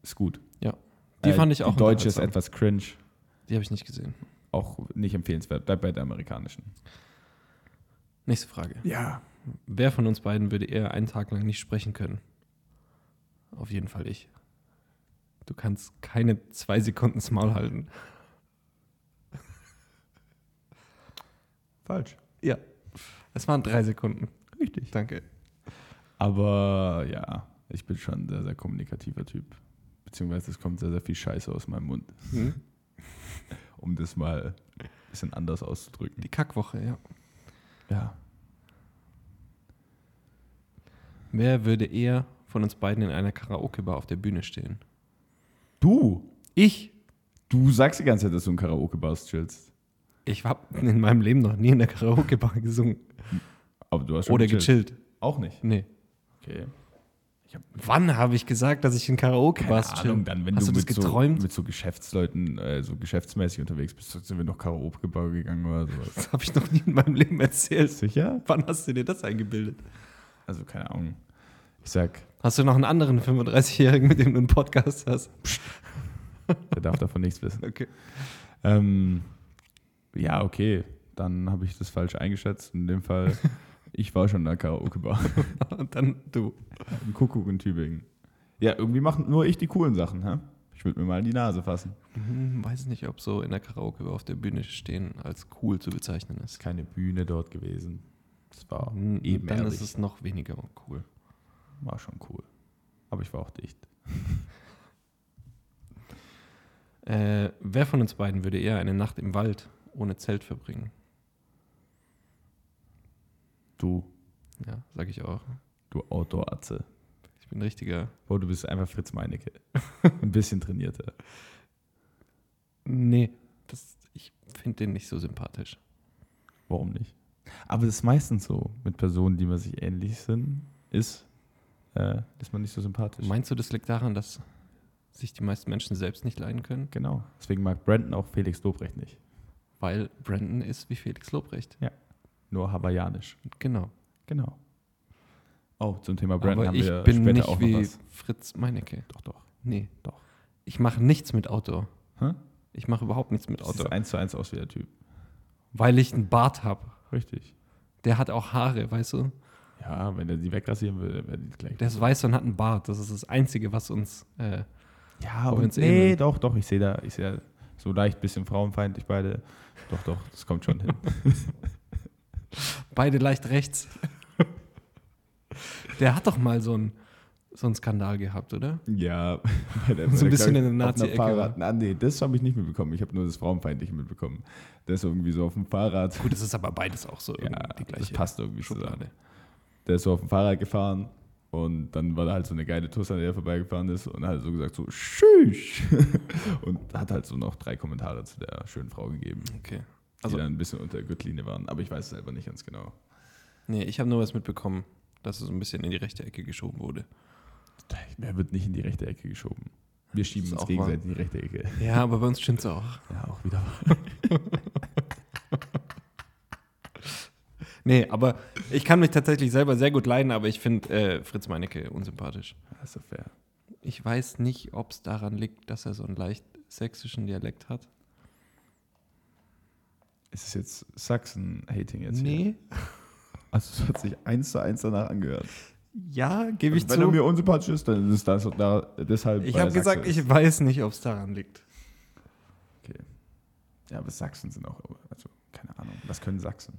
Ist gut.
Ja. Die fand ich auch
Äh, Die deutsche ist
unterhaltsam.
etwas cringe.
Die habe ich nicht gesehen.
Auch nicht empfehlenswert. Bleibt bei der amerikanischen.
Nächste Frage.
Ja.
Wer von uns beiden würde eher einen Tag lang nicht sprechen können? Auf jeden Fall ich. Du kannst keine zwei Sekunden ins Maul halten.
Falsch.
Ja. Es waren drei Sekunden. Richtig. Danke.
Aber ja, ich bin schon ein sehr, sehr kommunikativer Typ. Beziehungsweise es kommt sehr, sehr viel Scheiße aus meinem Mund,
Hm?
um das mal ein bisschen anders auszudrücken.
Die Kackwoche, ja.
Ja.
Wer würde eher von uns beiden in einer Karaoke-Bar auf der Bühne stehen?
Du,
Ich?
du sagst die ganze Zeit, dass du in Karaoke-Bars chillst.
Ich habe in meinem Leben noch nie in der Karaoke-Bar gesungen.
Aber du hast schon
Oder gechillt.
Auch nicht.
Nee.
Okay.
Wann habe ich gesagt, dass ich in Karaoke-Bars
Keine Ahnung, dann, wenn
Hast
du,
du das
mit, so,
geträumt?
mit so Geschäftsleuten, äh, so geschäftsmäßig unterwegs bist, sind wir noch Karaoke-Bar gegangen oder sowas.
Das habe ich noch nie in meinem Leben erzählt.
Sicher?
Wann hast du dir das eingebildet?
Also keine Ahnung. Ich sag,
Hast du noch einen anderen 35-Jährigen, mit dem du einen Podcast hast?
der darf davon nichts wissen.
Okay.
Ähm, ja, okay. dann habe ich das falsch eingeschätzt. In dem Fall, ich war schon in der Karaoke-Bar.
Und dann du.
Im Kuckuck in Tübingen. Ja, irgendwie machen nur ich die coolen Sachen, hä? Ich würde mir mal in die Nase fassen.
Hm, weiß nicht, ob so in der Karaoke auf der Bühne stehen als cool zu bezeichnen ist.
Keine Bühne dort gewesen. Das war
Hm,
eben
dann
ehrlich.
ist es noch weniger cool.
War schon cool. Aber ich war auch dicht.
Äh, wer von uns beiden würde eher eine Nacht im Wald ohne Zelt verbringen?
Du,
Ja, sag ich auch.
du Outdoor-Atze.
Ich bin richtiger.
Oh, du bist einfach Fritz Meinecke. Ein bisschen trainierter.
Nee, das, ich finde den nicht so sympathisch.
Warum nicht? Aber es ist meistens so, mit Personen, die man sich ähnlich sind, ist, äh, ist man nicht so sympathisch.
Meinst du, das liegt daran, dass sich die meisten Menschen selbst nicht leiden können?
genau. Deswegen mag Brandon auch Felix Lobrecht nicht.
Weil Brandon ist wie Felix Lobrecht.
Nur hawaiianisch.
Genau.
Genau. Oh, zum Thema Brandon
Aber
haben
ich
wir
bin
später
nicht
auch noch
wie
was.
Fritz Meinecke.
Doch, doch.
Nee.
Doch.
Ich mache nichts mit Outdoor.
Hä?
Ich mache überhaupt nichts mit
Das sieht
Outdoor.
eins zu eins aus wie der Typ.
Weil ich einen Bart habe.
Richtig.
Der hat auch Haare, weißt du?
Ja, wenn er die wegrasieren würde, wäre die gleich.
Der ist weiß und hat einen Bart. Das ist das Einzige, was uns. Äh,
ja,
wo wir
und
uns
nee,
ähneln.
doch, doch. Ich sehe da, ich sehe da so leicht bisschen frauenfeindlich beide. Doch, doch, das kommt schon hin.
beide leicht rechts. der hat doch mal so einen so einen Skandal gehabt, oder?
Ja, bei der,
So ein
bei Klar-
bisschen in der
auf einer
Nazi-Ecke
Fahrrad- Ah, nee, das habe ich nicht mitbekommen. Ich habe nur das Frauenfeindliche mitbekommen. Der ist irgendwie so auf dem Fahrrad.
Gut, es ist aber beides auch so.
Ja,
irgendwie die
das
gleiche
passt irgendwie zusammen.
Schublade.
Der ist so auf dem Fahrrad gefahren und dann war da halt so eine geile Tuss, an der er vorbeigefahren ist und hat so gesagt so Tschüss und hat halt so noch drei Kommentare zu der schönen Frau gegeben,
Okay.
die
Also-
dann ein bisschen unter der Gürtellinie waren. Aber ich weiß es selber nicht ganz genau.
Nee, ich habe nur was mitbekommen, dass es so ein bisschen in die rechte Ecke geschoben wurde.
Er wird nicht in die rechte Ecke geschoben. Wir schieben
ist
uns
auch
gegenseitig in die rechte Ecke.
Ja, aber bei uns stimmt's auch.
Ja, auch wieder. wahr.
Nee, aber ich kann mich tatsächlich selber sehr gut leiden, aber ich finde äh, Fritz Meinecke unsympathisch.
Das ist so Also fair.
Ich weiß nicht, ob es daran liegt, dass er so einen leicht sächsischen Dialekt hat.
Ist es jetzt Sachsen-Hating jetzt hier?
Nee,
Also es hat sich eins zu eins danach angehört. Also
ja, gebe ich
Wenn
zu.
er mir unsympathisch ist, dann ist das da, deshalb.
ich
weil er
habe gesagt,
Sachse ist.
ich weiß nicht, ob es daran liegt.
Okay. Ja, aber Sachsen sind auch, also keine Ahnung, was können Sachsen?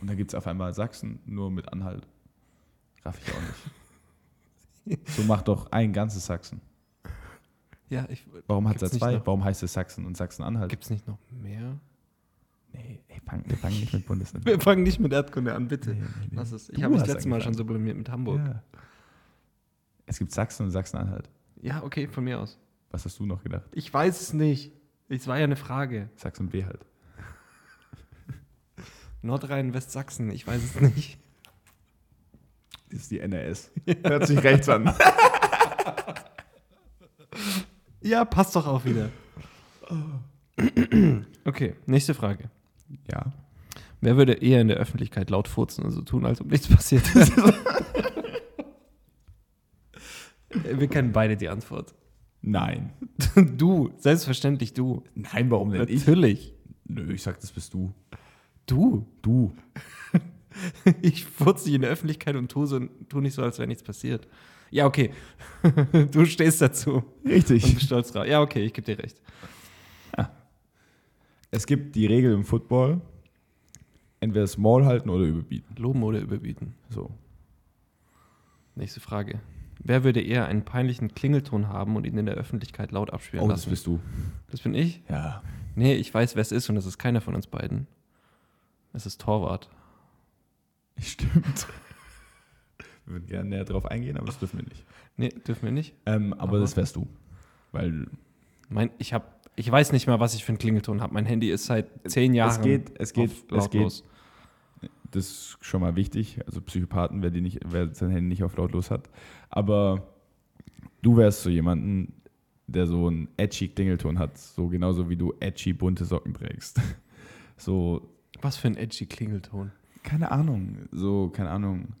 Und dann gibt es auf einmal Sachsen nur mit Anhalt. Raff ich auch nicht. So macht doch ein ganzes Sachsen.
Ja, ich,
Warum hat er
Gibt's nicht
zwei?
noch-
Warum heißt es Sachsen und Sachsen-Anhalt?
gibt's nicht noch mehr?
Nee, ey, fang, wir fangen nicht mit Bundesland
Wir fangen nicht mit Erdkunde an, bitte.
Nee, nee, nee.
Lass es. Ich
Du
habe mich
hast
letztes Mal
angefangen.
schon so blamiert mit Hamburg.
Ja. Es gibt Sachsen und Sachsen-Anhalt.
ja, okay, von mir aus.
Was hast du noch gedacht?
Ich weiß es nicht. Es war ja eine Frage.
Sachsen-B halt.
Nordrhein-Westsachsen, ich weiß es nicht.
Das ist die NRS. Hört sich rechts an.
Ja, passt doch auch wieder. Okay, nächste Frage.
Ja.
Wer würde eher in der Öffentlichkeit laut furzen und so tun, als ob nichts passiert ist? Wir kennen beide die Antwort.
Nein.
Du, selbstverständlich du.
Nein, warum denn ich?
Natürlich.
Nö, ich sag, das bist du.
Du.
Du.
Ich furze dich in der Öffentlichkeit und tu, so, tu nicht so, als wäre nichts passiert. Ja, okay. Du stehst dazu und bist
Richtig.
stolz drauf. Ja, okay, ich gebe dir recht.
Es gibt die Regel im Football: entweder das Maul halten oder überbieten.
Loben oder überbieten?
So.
Nächste Frage. Wer würde eher einen peinlichen Klingelton haben und ihn in der Öffentlichkeit laut abspielen
Oh, das
lassen? Das,
bist du.
bin ich?
Ja.
Nee, ich weiß, wer es ist und es ist keiner von uns beiden. Es ist Torwart.
Stimmt. Wir würden gerne näher drauf eingehen, aber das dürfen wir nicht.
Nee, dürfen wir nicht?
Ähm, aber,
Aber-
das wärst du. Weil
Mein, ich, hab, ich weiß nicht mehr, was ich für einen Klingelton habe. Mein Handy ist seit zehn Jahren.
es geht, es geht,
auf
es geht.
lautlos.
Das ist schon mal wichtig. Also Psychopathen, wer, die nicht, wer sein Handy nicht auf lautlos hat. Aber du wärst so jemanden, der so einen edgy Klingelton hat. So genauso wie du edgy bunte Socken trägst. So
Was für ein edgy Klingelton.
Keine Ahnung. So, keine Ahnung.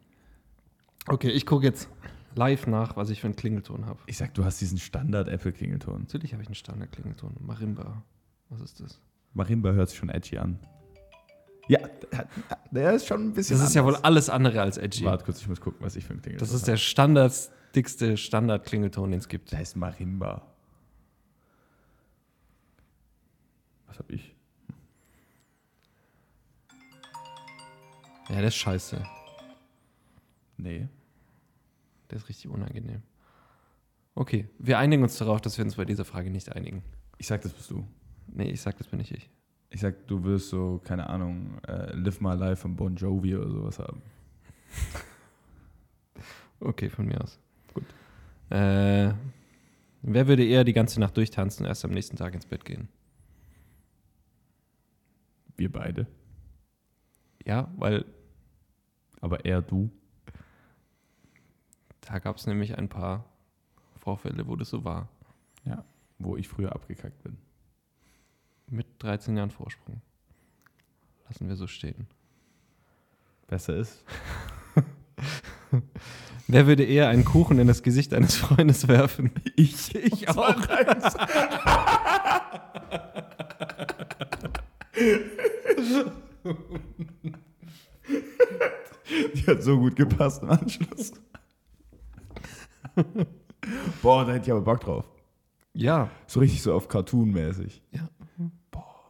Okay, ich gucke jetzt live nach, was ich für einen Klingelton habe.
Ich sag, du hast diesen Standard-Apple-Klingelton.
Natürlich habe ich einen Standard-Klingelton. Marimba. Was ist das?
Marimba hört sich schon edgy an. Ja, der ist schon ein bisschen.
Das ist ja wohl alles andere als edgy.
Warte kurz, ich muss gucken, was ich für ein Ding
Das ist der standarddickste Standard-Klingelton, den es gibt.
Der heißt Marimba. Was hab ich?
Ja, der ist scheiße.
Nee.
Der ist richtig unangenehm. Okay, wir einigen uns darauf, dass wir uns bei dieser Frage nicht einigen.
Ich sag, das bist du.
Nee, ich sag, das bin nicht ich.
Ich sag, du wirst so, keine Ahnung, äh, Live My Life von Bon Jovi oder sowas haben.
Okay, von mir aus.
Gut.
Äh, wer würde eher die ganze Nacht durchtanzen und erst am nächsten Tag ins Bett gehen?
Wir beide.
Ja, weil
Aber eher du.
da gab es nämlich ein paar Vorfälle, wo das so war.
Ja. Wo ich früher abgekackt bin.
Mit 13 Jahren Vorsprung. Lassen wir so stehen.
Besser ist.
Wer würde eher einen Kuchen in das Gesicht eines Freundes werfen?
Ich, ich
auch.
Die hat so gut gepasst im Anschluss. Boah, da hätte ich aber Bock drauf.
Ja,
So richtig so auf Cartoon-mäßig.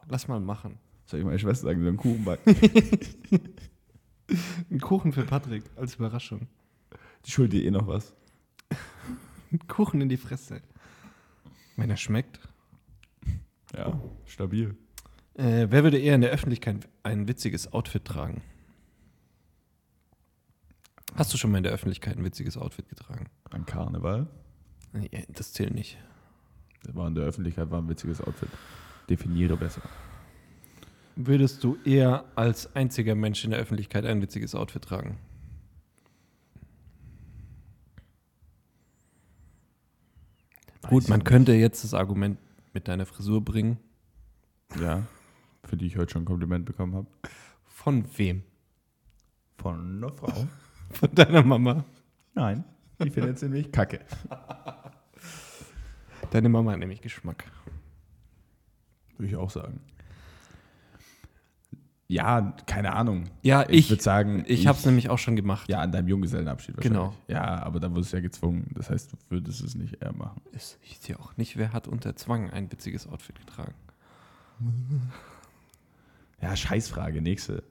lass mal machen.
Soll ich meiner Schwester sagen, so einen Kuchen backen?
Ein Kuchen für Patrick als Überraschung.
Die schuldet ihr eh noch was.
Ein Kuchen in die Fresse. Wenn er schmeckt.
Ja, stabil.
Äh, wer würde eher in der Öffentlichkeit ein witziges Outfit tragen? Hast du schon mal in der Öffentlichkeit ein witziges Outfit getragen?
An Karneval.
Nee, äh, das zählt nicht.
Das war in der Öffentlichkeit war ein witziges Outfit. Definiere besser.
Würdest du eher als einziger Mensch in der Öffentlichkeit ein witziges Outfit tragen? Gut, man könnte jetzt das Argument mit deiner Frisur bringen.
Ja, für die ich heute schon ein Kompliment bekommen habe.
Von wem?
Von einer Frau?
Von deiner Mama.
Nein, die findet ziemlich kacke.
Deine Mama hat nämlich Geschmack.
Würde ich auch sagen. Ja, keine Ahnung.
Ja,
Ich
ich,
würde
ich,
sagen,
habe es nämlich auch schon gemacht.
Ja, an deinem Junggesellenabschied wahrscheinlich.
Genau.
Ja, aber da wurdest du ja gezwungen. Das heißt, du würdest es nicht eher machen.
Es hieß ja auch nicht, wer hat unter Zwang ein witziges Outfit getragen.
Ja, Scheißfrage. Nächste.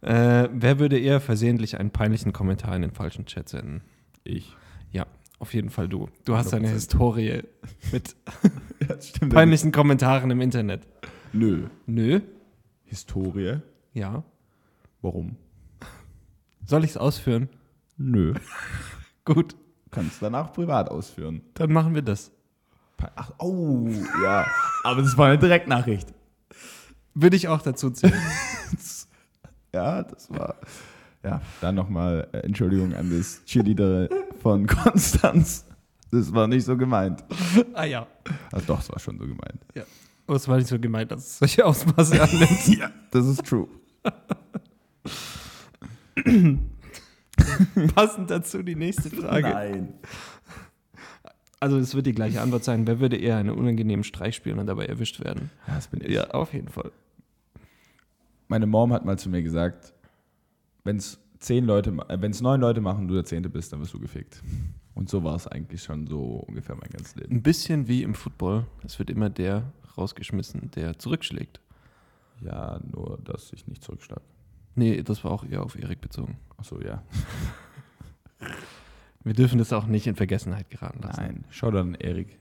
Äh, wer würde eher versehentlich einen peinlichen Kommentar in den falschen Chat senden?
Ich.
Ja, auf jeden Fall du. Du hast
100%.
eine Historie mit
Ja, stimmt.
peinlichen Kommentaren im Internet.
Nö.
Nö.
Historie.
Ja.
Warum?
Soll ich es ausführen?
Nö.
Gut,
Kannst danach privat ausführen.
dann machen wir das.
Pa- Ach, oh, ja. Aber das war eine Direktnachricht.
Würde ich auch dazu zählen.
Ja, das war. Ja, dann nochmal äh, Entschuldigung an das Cheerleader von Konstanz. Das war nicht so gemeint.
ah ja.
Also doch, es war schon so gemeint.
ja. Aber es Oh, war nicht so gemeint, dass es solche Ausmaße annimmt.
Ja, das ist true.
Passend dazu die nächste Frage.
Nein.
Also es wird die gleiche Antwort sein. Wer würde eher einen unangenehmen Streich spielen und dabei erwischt werden?
Ja, das bin ich.
auf jeden Fall.
Meine Mom hat mal zu mir gesagt, wenn es zehn Leute, ma- äh, wenn es neun Leute machen, und du der Zehnte bist, dann wirst du gefickt. Und so war es eigentlich schon so ungefähr mein ganzes Leben.
Ein bisschen wie im Football. Es wird immer der rausgeschmissen, der zurückschlägt.
Ja, nur, dass ich nicht zurückschlag.
Nee, das war auch eher auf Erik bezogen.
Achso, ja.
Wir dürfen das auch nicht in Vergessenheit geraten lassen.
Nein. Schau dann Erik,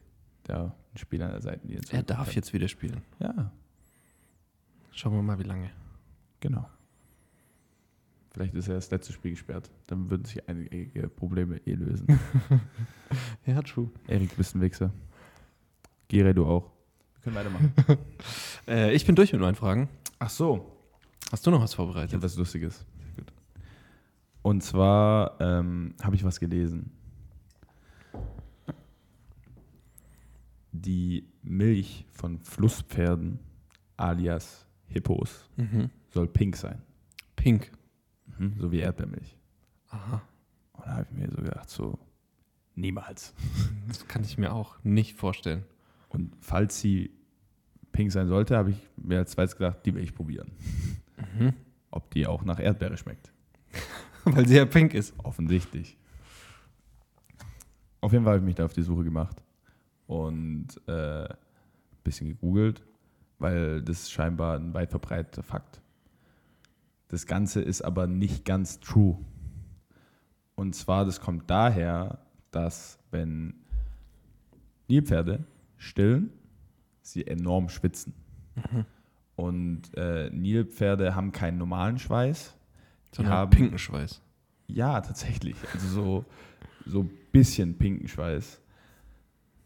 der ein Spieler an der Seitenlinie.
Er darf jetzt wieder spielen.
Ja,
Schauen wir mal, wie lange.
genau. Vielleicht ist er das letzte Spiel gesperrt. Dann würden sich einige Probleme eh lösen.
Ja, true.
Erik, du bist ein Wichser. Gere, du auch. Wir können weitermachen.
Äh, ich bin durch mit meinen Fragen.
Ach so,
Hast du noch was
Ich habe
vorbereitet?
was Lustiges. Und zwar ähm, habe ich was gelesen. Die Milch von Flusspferden, alias Hippos,
Mhm.
soll pink sein. Mhm.
Pink.
So wie Erdbeermilch.
Aha.
Und da habe ich mir so gedacht, so niemals.
Das kann ich mir auch nicht vorstellen.
Und falls sie pink sein sollte, habe ich mir als zweites gedacht, die will ich probieren. Ob die auch nach Erdbeere schmeckt.
Weil sie ja pink ist.
Offensichtlich. Auf jeden Fall habe ich mich da auf die Suche gemacht und äh, ein bisschen gegoogelt, weil das scheinbar ein weit verbreiteter Fakt. Das Ganze ist aber nicht ganz true. Und zwar, das kommt daher, dass wenn Nilpferde stillen, sie enorm schwitzen. Und äh, Nilpferde haben keinen normalen Schweiß. Die
Sondern
haben-
pinken Schweiß.
ja, tatsächlich. Also so, so ein bisschen pinken Schweiß.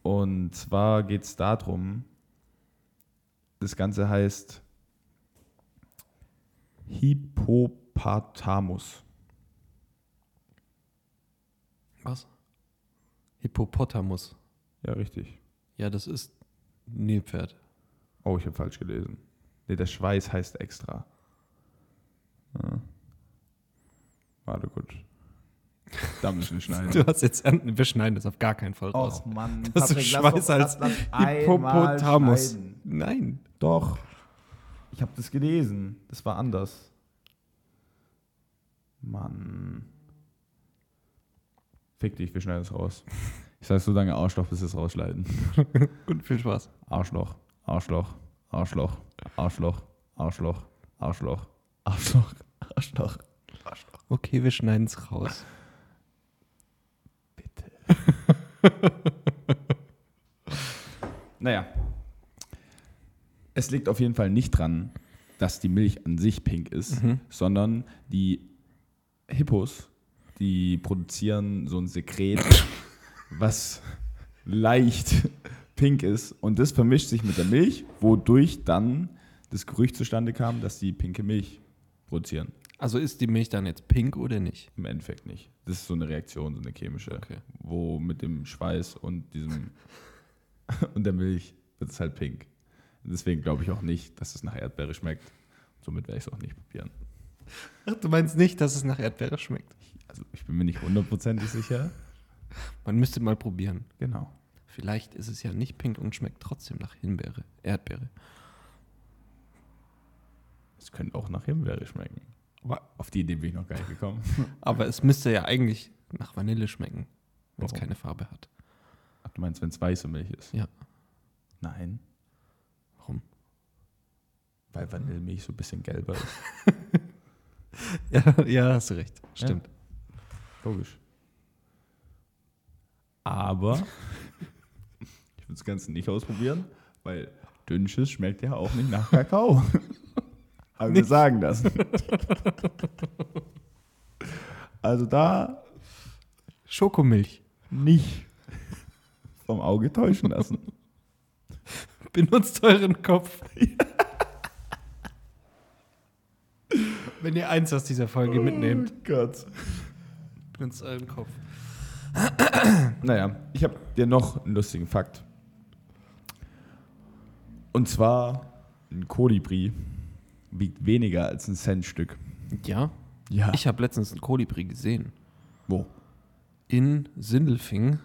Und zwar geht es darum, das Ganze heißt Hippopotamus.
Was? Hippopotamus.
Ja, richtig.
Ja, das ist Nilpferd.
Oh, ich habe falsch gelesen. Nee, der Schweiß heißt extra. Ja. Warte gut. Da müssen wir schneiden.
Du hast jetzt, wir schneiden das auf gar keinen Fall raus.
Mann,
Das ist Schweiß als Hippopotamus. Nein.
Doch. Ich habe das gelesen. Das war anders. Mann. Fick dich, wir schneiden es raus. Ich sag so lange Arschloch, bis wir es rausschneiden.
Gut, viel Spaß.
Arschloch, Arschloch, Arschloch, Arschloch, Arschloch, Arschloch, Arschloch, Arschloch.
Okay, wir schneiden es raus.
Naja. Es liegt auf jeden Fall nicht dran, dass die Milch an sich pink ist,
Mhm.
sondern die Hippos, die produzieren so ein Sekret, was leicht pink ist. Und das vermischt sich mit der Milch, wodurch dann das Gerücht zustande kam, dass die pinke Milch produzieren.
Also ist die Milch dann jetzt pink oder nicht?
Im Endeffekt nicht. Das ist so eine Reaktion, so eine chemische,
Okay.
wo mit dem Schweiß und diesem und der Milch wird es halt pink. Deswegen glaube ich auch nicht, dass es nach Erdbeere schmeckt. Somit werde ich es auch nicht probieren.
Ach, du meinst nicht, dass es nach Erdbeere schmeckt?
Also ich bin mir nicht hundertprozentig sicher.
Man müsste mal probieren.
Genau.
Vielleicht ist es ja nicht pink und schmeckt trotzdem nach Himbeere, Erdbeere.
Es könnte auch nach Himbeere schmecken.
Aber,
Auf die Idee bin ich noch gar nicht gekommen.
aber es müsste ja eigentlich nach Vanille schmecken, wenn es
Warum?
keine Farbe hat.
Ach, du meinst, wenn es weiße Milch ist?
Ja.
Nein,
Warum?
weil Vanillemilch so ein bisschen gelber ist.
Ja, ja hast du recht.
Stimmt. Logisch. Aber ich würde das Ganze nicht ausprobieren, weil Dünnschiss schmeckt ja auch nicht nach Kakao. Aber wir sagen das. Also da
Schokomilch.
nicht vom Auge täuschen lassen.
Benutzt euren Kopf. Wenn ihr eins aus dieser Folge mitnehmt,
Oh Gott.
benutzt euren Kopf.
Naja, ich habe dir noch einen lustigen Fakt. Und zwar, ein Kolibri wiegt weniger als ein Centstück.
Ja,
Ja.
ich habe letztens einen Kolibri gesehen.
Wo?
In Sindelfing.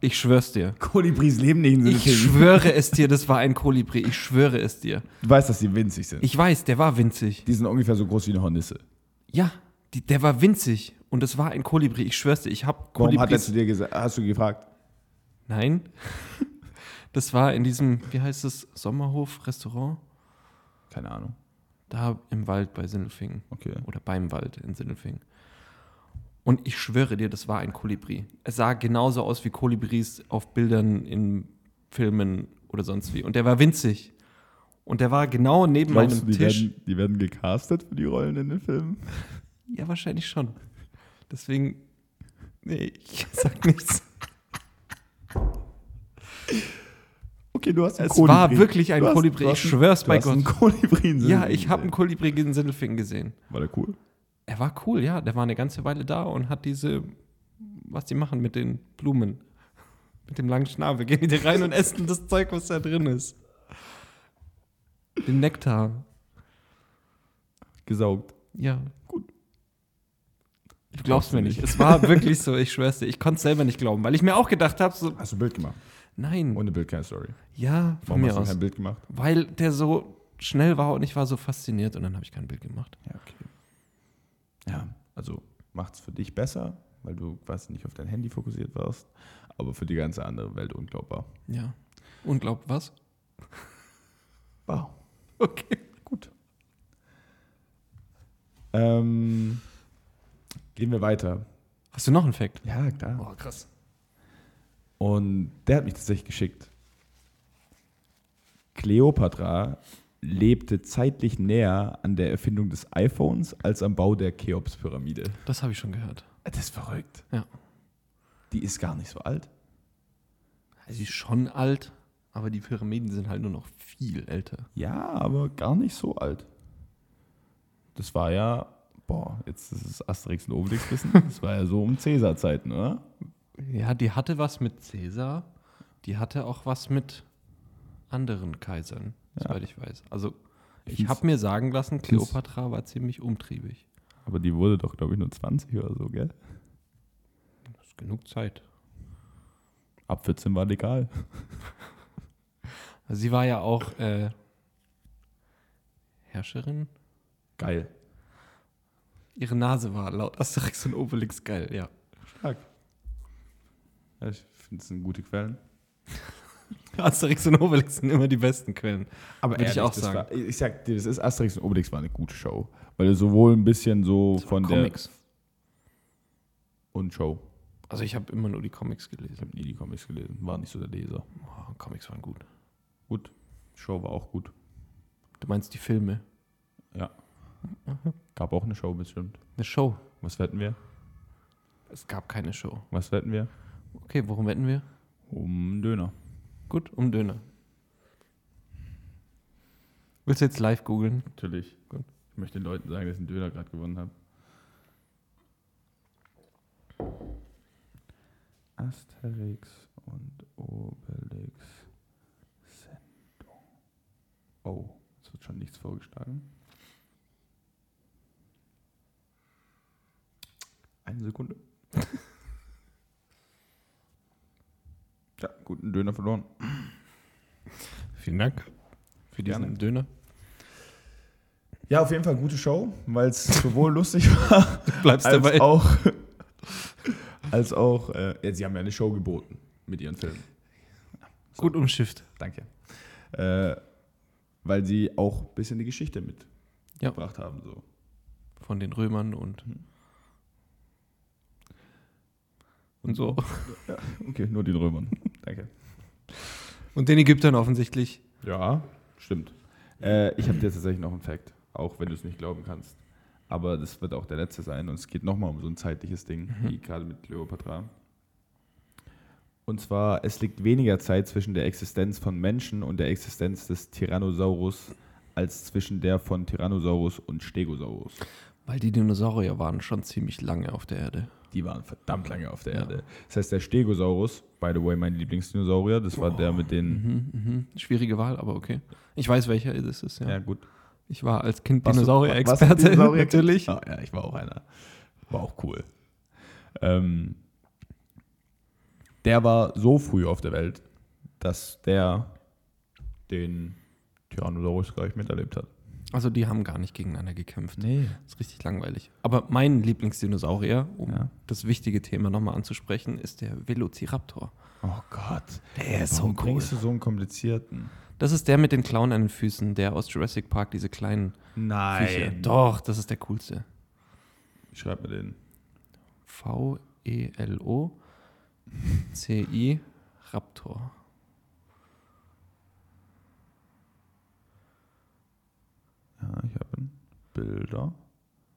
Ich schwör's dir.
Kolibris leben nicht in
Ich
Sindelfingen.
schwöre es dir, das war ein Kolibri. Ich schwöre es dir.
Du weißt, dass die winzig sind.
Ich weiß, der war winzig.
die sind ungefähr so groß wie eine Hornisse.
Ja, die, der war winzig. Und es war ein Kolibri. Ich schwör's dir, ich habe
Warum
Kolibris.
hat er zu dir gesagt? Hast du gefragt?
Nein. Das war in diesem, wie heißt es, Sommerhof-Restaurant?
Keine Ahnung.
Da im Wald bei Sindelfingen.
Okay.
Oder beim Wald in Sindelfingen. Und ich schwöre dir, das war ein Kolibri. Es sah genauso aus wie Kolibris auf Bildern in Filmen oder sonst wie. Und der war winzig. Und der war genau neben meinem Tisch.
die werden gecastet für die Rollen in den Filmen?
Ja, wahrscheinlich schon. Deswegen. Nee, ich sag nichts.
Okay, du hast einen
Es
Kolibri.
war wirklich ein
Du hast-
Kolibri,
du
ich
hast-
schwör's
du
bei
hast einen
Gott.
Kolibri in
Ja,
Sindelfingen
ich habe einen
gesehen.
Kolibri in Sindelfingen gesehen.
War der cool?
Er war cool, ja. Der war eine ganze Weile da und hat diese, was die machen mit den Blumen. Mit dem langen Schnabel gehen die rein und essen das Zeug, was da drin ist. Den Nektar.
Gesaugt.
Ja.
Gut.
Du glaubst mir nicht. Es war wirklich so, ich schwör's dir. Ich konnte selber nicht glauben, weil ich mir auch gedacht habe, so,
Hast du ein Bild gemacht?
nein.
Ohne Bild keine Story.
ja, von
Warum
mir
hast du
aus.
kein Bild gemacht?
Weil der so schnell war und ich war so fasziniert und dann habe ich kein Bild gemacht.
Ja, okay. Ja, also macht's für dich besser, weil du quasi nicht auf dein Handy fokussiert warst, aber für die ganze andere Welt unglaubbar.
Ja. Und glaubt was?
Wow.
Okay.
Gut. Ähm, gehen wir weiter.
Hast du noch einen Fact?
Ja, klar.
krass.
Und der hat mich tatsächlich geschickt. Kleopatra lebte zeitlich näher an der Erfindung des iPhones als am Bau der Cheops-Pyramide.
Das habe ich schon gehört.
Das ist verrückt.
Ja.
Die ist gar nicht so alt.
Also Sie ist schon alt, aber die Pyramiden sind halt nur noch viel älter.
Ja, aber gar nicht so alt. Das war ja, boah, jetzt ist es Asterix und Obelix wissen. Das war ja so um Cäsar-Zeiten, oder?
Ja, die hatte was mit Cäsar, die hatte auch was mit anderen Kaisern,
Ja.
soweit ich weiß. Also,
Ich
ich
find's-
habe mir sagen lassen,
find's-
Kleopatra war ziemlich umtriebig.
Aber die wurde doch, glaube ich, nur 20 oder so, gell?
Das ist genug Zeit.
Ab 14 war legal.
Also sie war ja auch äh, Herrscherin.
Geil.
Ihre Nase war laut Asterix und Obelix geil, ja.
Stark. Ja, ich finde, es sind gute Quellen.
Asterix und Obelix sind immer die besten Quellen.
Aber
Würde ich
ehrlich,
auch
das
sagen.
War, ich sag dir, das ist Asterix und Obelix war eine gute Show. Weil es sowohl ein bisschen so von
Comics.
der. Und Show.
Also ich habe immer nur die Comics
Ich
gelesen.
habe nie die Comics gelesen, war nicht so der Leser.
Oh, Comics waren gut.
Gut. Show war auch gut.
Du meinst die Filme?
Gab auch eine Show bestimmt.
Eine Show.
Was wetten wir?
Es gab keine Show.
Was wetten wir?
Okay, worum wetten wir?
Um einen Döner.
Gut, um Döner. Willst du jetzt live googeln?
Natürlich.
Gut.
Ich möchte den Leuten sagen, dass ich einen Döner gerade gewonnen habe. Asterix und Obelix Sendung. Oh, es wird schon nichts vorgeschlagen. Eine Sekunde. ja, guten Döner verloren.
Vielen Dank für diesen
Gerne.
Döner.
Ja, auf jeden Fall gute Show, weil es sowohl lustig war,
Du bleibst
als
dabei.
auch, als auch äh, ja, sie haben ja eine Show geboten mit ihren Filmen.
Gut umschifft.
Danke. Äh, weil sie auch ein bisschen die Geschichte mitgebracht haben. So.
Von den Römern und, und so.
Okay, nur den Römern. Danke.
Und den Ägyptern offensichtlich.
Ja, stimmt. Äh, ich habe dir tatsächlich noch einen Fact, auch wenn du es nicht glauben kannst. Aber das wird auch der letzte sein und es geht nochmal um so ein zeitliches Ding,
Mhm.
wie gerade mit Cleopatra. Und zwar, es liegt weniger Zeit zwischen der Existenz von Menschen und der Existenz des Tyrannosaurus als zwischen der von Tyrannosaurus und Stegosaurus.
Weil die Dinosaurier waren schon ziemlich lange auf der Erde.
Die waren verdammt lange auf der
Ja.
Erde. Das heißt, der Stegosaurus, by the way, mein Lieblingsdinosaurier, das war der mit den.
Mhm, mhm. Schwierige Wahl, aber okay. Ich weiß, welcher es ist, ja.
Ja, gut.
Ich war als Kind
Warst du- warst du
Dinosaurier-Experte,
Dinosaurier-
natürlich.
Ah, ja, ich war auch einer. War auch cool. Ähm, der war so früh auf der Welt, dass der den Tyrannosaurus gleich miterlebt hat.
Also die haben gar nicht gegeneinander gekämpft.
Nee.
Das ist richtig langweilig. Aber mein Lieblingsdinosaurier, um
Ja.
das wichtige Thema nochmal anzusprechen, ist der Velociraptor.
Oh Gott.
Der ist
Warum bringst du so einen komplizierten?
Das ist der mit den Clown an den Füßen, der aus Jurassic Park, diese kleinen Viecher.
Nein.
Doch, das ist der coolste.
Ich schreib mir den.
E V-E-L-O-C-I Raptor.
Ja, ich habe ihn. Bilder.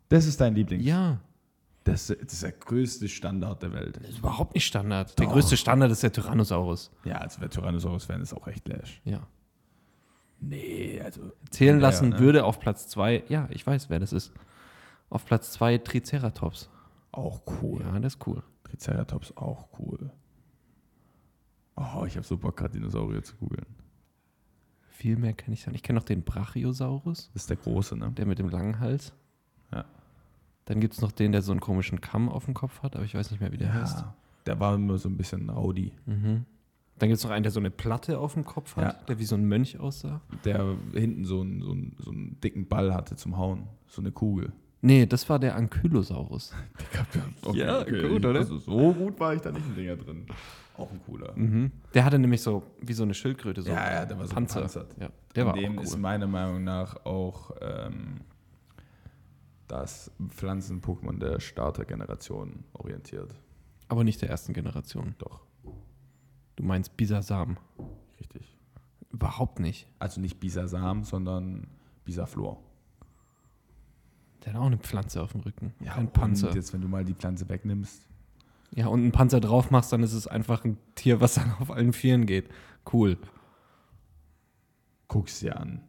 Das ist dein Lieblings.
Ja,
Das, das ist der größte Standard der Welt.
das ist überhaupt nicht Standard. Der
Doch.
größte Standard ist der Tyrannosaurus.
Ja, also wer Tyrannosaurus-Fan ist, auch echt Lash.
Ja.
Nee, also.
Zählen
Ja,
lassen
ne?
würde auf Platz 2, ja, ich weiß, wer das ist. Auf Platz 2 Triceratops.
Auch cool.
Ja, das ist cool.
Triceratops auch cool. Oh, ich habe so Bock, gerade Dinosaurier zu googeln.
Viel mehr kenne ich dann. Ich kenne noch den Brachiosaurus,
Das ist der große, ne?
der mit dem langen Hals.
Ja.
Dann gibt es noch den, der so einen komischen Kamm auf dem Kopf hat, aber ich weiß nicht mehr, wie der heißt.
Der war immer so ein bisschen rowdy.
Mhm. Dann gibt es noch einen, der so eine Platte auf dem Kopf hat,
Ja.
der wie so ein Mönch aussah.
Der hinten so einen, so, einen, so einen dicken Ball hatte zum Hauen. So eine Kugel.
Nee, das war der Ankylosaurus. Ja, gut, oder?
Also so gut war ich da nicht in Dinger drin. Hm. Auch ein cooler.
Der hatte nämlich so wie so eine Schildkröte, so
Mhm. Ja, ja, der war so
Panzer.
gepanzert.
Ja, der war auch
Dem
cool.
ist meiner Meinung nach auch ähm, das Pflanzen-Pokémon der Starter-Generation orientiert.
Aber nicht der ersten Generation.
Doch,
Du meinst Bisasam.
richtig.
Überhaupt nicht.
Also nicht Bisasam, sondern Bisaflor.
Der hat auch eine Pflanze auf dem Rücken. Kein Panzer.
Und jetzt, wenn du mal die Pflanze wegnimmst.
Ja, und einen Panzer drauf machst, dann ist es einfach ein Tier, was dann auf allen Vieren geht. Cool.
guckst dir an.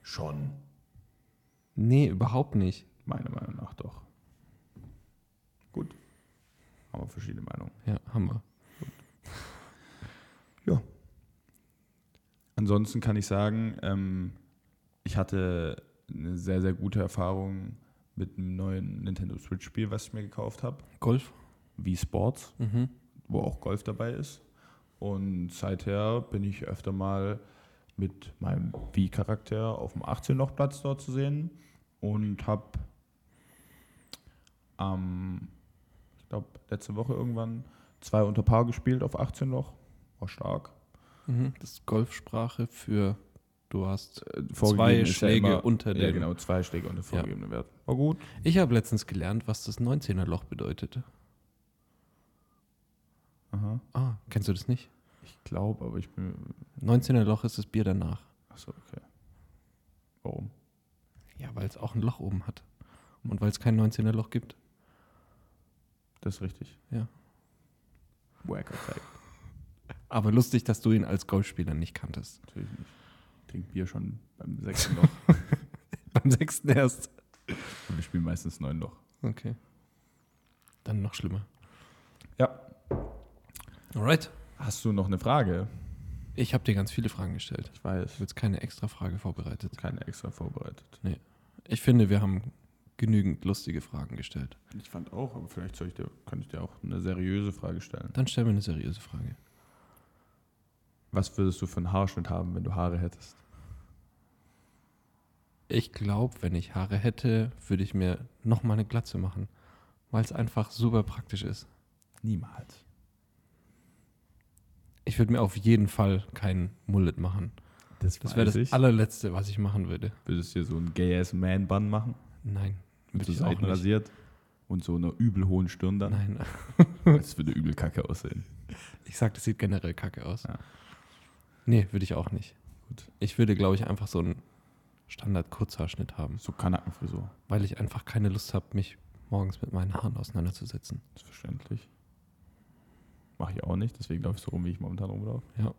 Schon.
Nee, überhaupt nicht.
Meiner Meinung nach doch. Gut. Haben wir verschiedene Meinungen.
Ja, Hammer.
Ja. Ansonsten kann ich sagen, ähm, ich hatte eine sehr, sehr gute Erfahrung mit einem neuen Nintendo Switch-Spiel, was ich mir gekauft habe.
Golf?
Wii Sports,
Mhm.
wo auch Golf dabei ist. Und seither bin ich öfter mal mit meinem Wii-Charakter auf dem 18-Loch-Platz dort zu sehen und habe am, ich glaube, letzte Woche irgendwann zwei unter Paar gespielt auf 18 Loch. War stark.
Mhm. Das ist Golfsprache für du hast. äh,
vorgegebene Äh, ist
Schläge unter
Ja,
dem-
genau, zwei Schläge unter vorgegebenen Wert. War gut.
Ich habe letztens gelernt, was das 19er Loch bedeutet.
Aha.
Ah, kennst du das nicht?
Ich glaube, aber ich bin.
19er Loch ist das Bier danach.
Achso, okay. Warum?
Ja, weil es auch ein Loch oben hat. Und weil es kein 19er Loch gibt.
Das ist richtig.
Ja.
Wack Attack.
Aber lustig, dass du ihn als Golfspieler nicht kanntest.
Natürlich nicht. Trink Bier schon beim sechsten Loch.
Beim sechsten erst.
Und wir spielen meistens neun Loch.
Okay. Dann noch schlimmer.
Ja.
Alright.
Hast du noch eine Frage?
Ich habe dir ganz viele Fragen gestellt.
Ich
Ich
weiß.
habe jetzt keine extra Frage vorbereitet.
Keine extra vorbereitet.
Ich finde, wir haben genügend lustige Fragen gestellt.
Ich fand auch, aber vielleicht soll ich dir, kann ich dir auch eine seriöse Frage stellen.
Dann stellen wir eine seriöse Frage.
Was würdest du für einen Haarschnitt haben, wenn du Haare hättest?
Ich glaube, wenn ich Haare hätte, würde ich mir nochmal eine Glatze machen, weil es einfach super praktisch ist.
Niemals.
Ich würde mir auf jeden Fall keinen Mullet machen. Das
weiß
wäre das
ich.
allerletzte, was ich machen würde.
Würdest du dir so einen gay-ass Man-Bun machen?
Nein.
Mit
Würde
so
ich auch
Seiten
nicht.
rasiert und so einer übel hohen Stirn dann.
Nein.
Das würde übel kacke aussehen.
Ich sag, das sieht generell kacke aus.
Ja.
Nee, würde ich auch nicht.
Gut.
Ich würde, glaube ich, einfach so einen Standard-Kurzhaarschnitt haben,
So Kanackenfrisur.
weil ich einfach keine Lust habe, mich morgens mit meinen Haaren auseinanderzusetzen.
Ist verständlich. Mache ich auch nicht, deswegen laufe ich so rum, wie ich momentan rumlaufe.
Ja.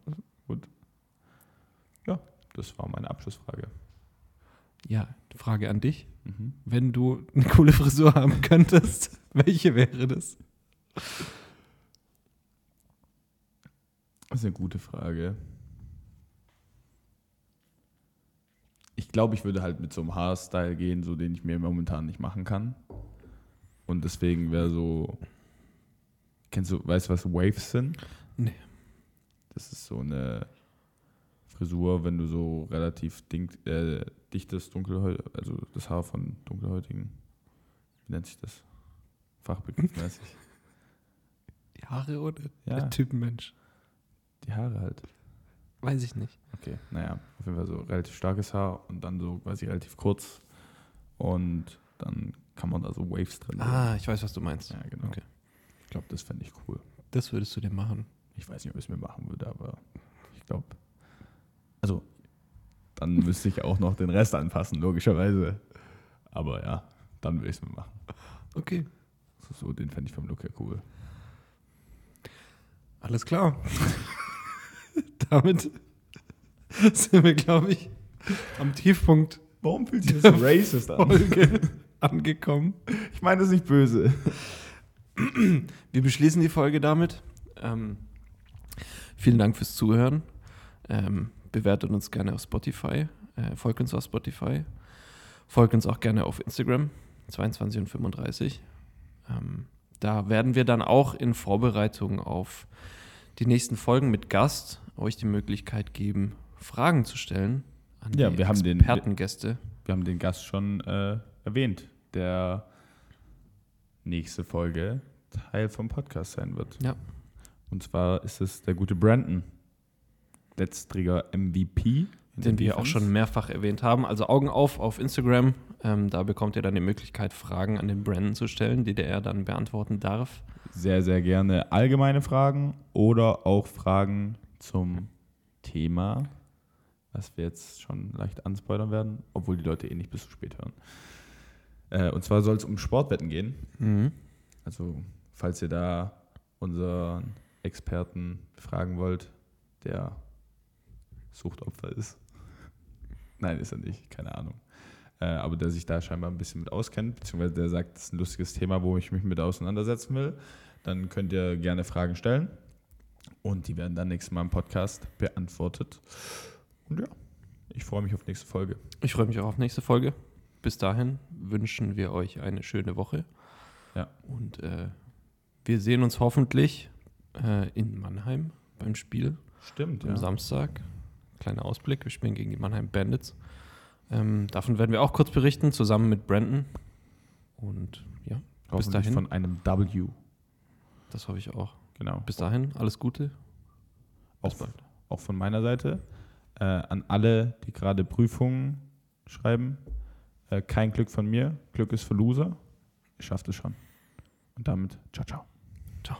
Ja, das war meine Abschlussfrage.
Ja, Frage an dich.
Mhm.
Wenn du eine coole Frisur haben könntest, welche wäre das?
Das ist eine gute Frage. Ich glaube, ich würde halt mit so einem Haarstyle gehen, so den ich mir momentan nicht machen kann. Und deswegen wäre so. Kennst du, weißt du, was Waves sind?
Nee.
Das ist so eine Frisur, wenn du so relativ dink, äh, dichtes Dunkelhäut, also das Haar von Dunkelhäutigen. Wie nennt sich das? Fachbegriffmäßig.
Die Haare oder
Ja.
der Typ Mensch?
Die Haare halt.
Weiß ich nicht.
Okay, naja, auf jeden Fall so relativ starkes Haar und dann so quasi relativ kurz. Und dann kann man da so Waves drin.
Ah, ich weiß, was du meinst.
ja, genau.
okay.
Ich glaube, das fände ich cool.
Das würdest du dir machen.
Ich weiß nicht, ob ich es mir machen würde, aber ich glaube. Also, dann müsste ich auch noch den Rest anpassen, logischerweise. Aber ja, dann würde ich es mir machen.
Okay.
So, so den fände ich vom Look her cool.
Alles klar. Damit sind wir, glaube ich, am Tiefpunkt
Warum fühlt sich das so racist an?
Folge angekommen.
Ich meine, das ist nicht böse.
Wir beschließen die Folge damit. Ähm, vielen Dank fürs Zuhören. Ähm, bewertet uns gerne auf Spotify. Äh, folgt uns auf Spotify. Folgt uns auch gerne auf Instagram, 22 und 35. Ähm, da werden wir dann auch in Vorbereitung auf die nächsten Folgen mit Gast euch die Möglichkeit geben, Fragen zu stellen an
Ja,
die
wir haben den-
Expertengäste.
Wir haben den Gast schon äh, erwähnt, der nächste Folge Teil vom Podcast sein wird.
Ja.
Und zwar ist es der gute Brandon, letztriger MVP.
den wir auch schon
mit.
mehrfach erwähnt haben. Also Augen auf auf Instagram. Ähm, da bekommt ihr dann die Möglichkeit, Fragen an den Brandon zu stellen, die der dann beantworten darf.
Sehr, sehr gerne allgemeine Fragen oder auch Fragen zum Thema, was wir jetzt schon leicht anspoilern werden, obwohl die Leute eh nicht bis zu spät hören. Äh, und zwar soll es um Sportwetten gehen. Also, falls ihr da unseren Experten fragen wollt, der Suchtopfer ist. Nein, ist er nicht, keine Ahnung. Äh, aber der sich da scheinbar ein bisschen mit auskennt, beziehungsweise der sagt, das ist ein lustiges Thema, wo ich mich mit auseinandersetzen will, dann könnt ihr gerne Fragen stellen. Und die werden dann nächstes Mal im Podcast beantwortet. Und ja, ich freue mich auf nächste Folge.
Ich freue mich auch auf nächste Folge. Bis dahin wünschen wir euch eine schöne Woche.
Ja.
Und äh, wir sehen uns hoffentlich äh, in Mannheim beim Spiel
Stimmt,
am Samstag. Kleiner Ausblick. Wir spielen gegen die Mannheim Bandits. Ähm, davon werden wir auch kurz berichten, zusammen mit Brandon. Und ja,
Hoffentlich
dahin.
von einem W.
das hoffe ich auch.
Genau.
Bis dahin, alles Gute.
Auch, auch von meiner Seite. Äh, an alle, die gerade Prüfungen schreiben, äh, kein Glück von mir. Glück ist für Loser. Ihr schafft es schon. Und damit, ciao, ciao.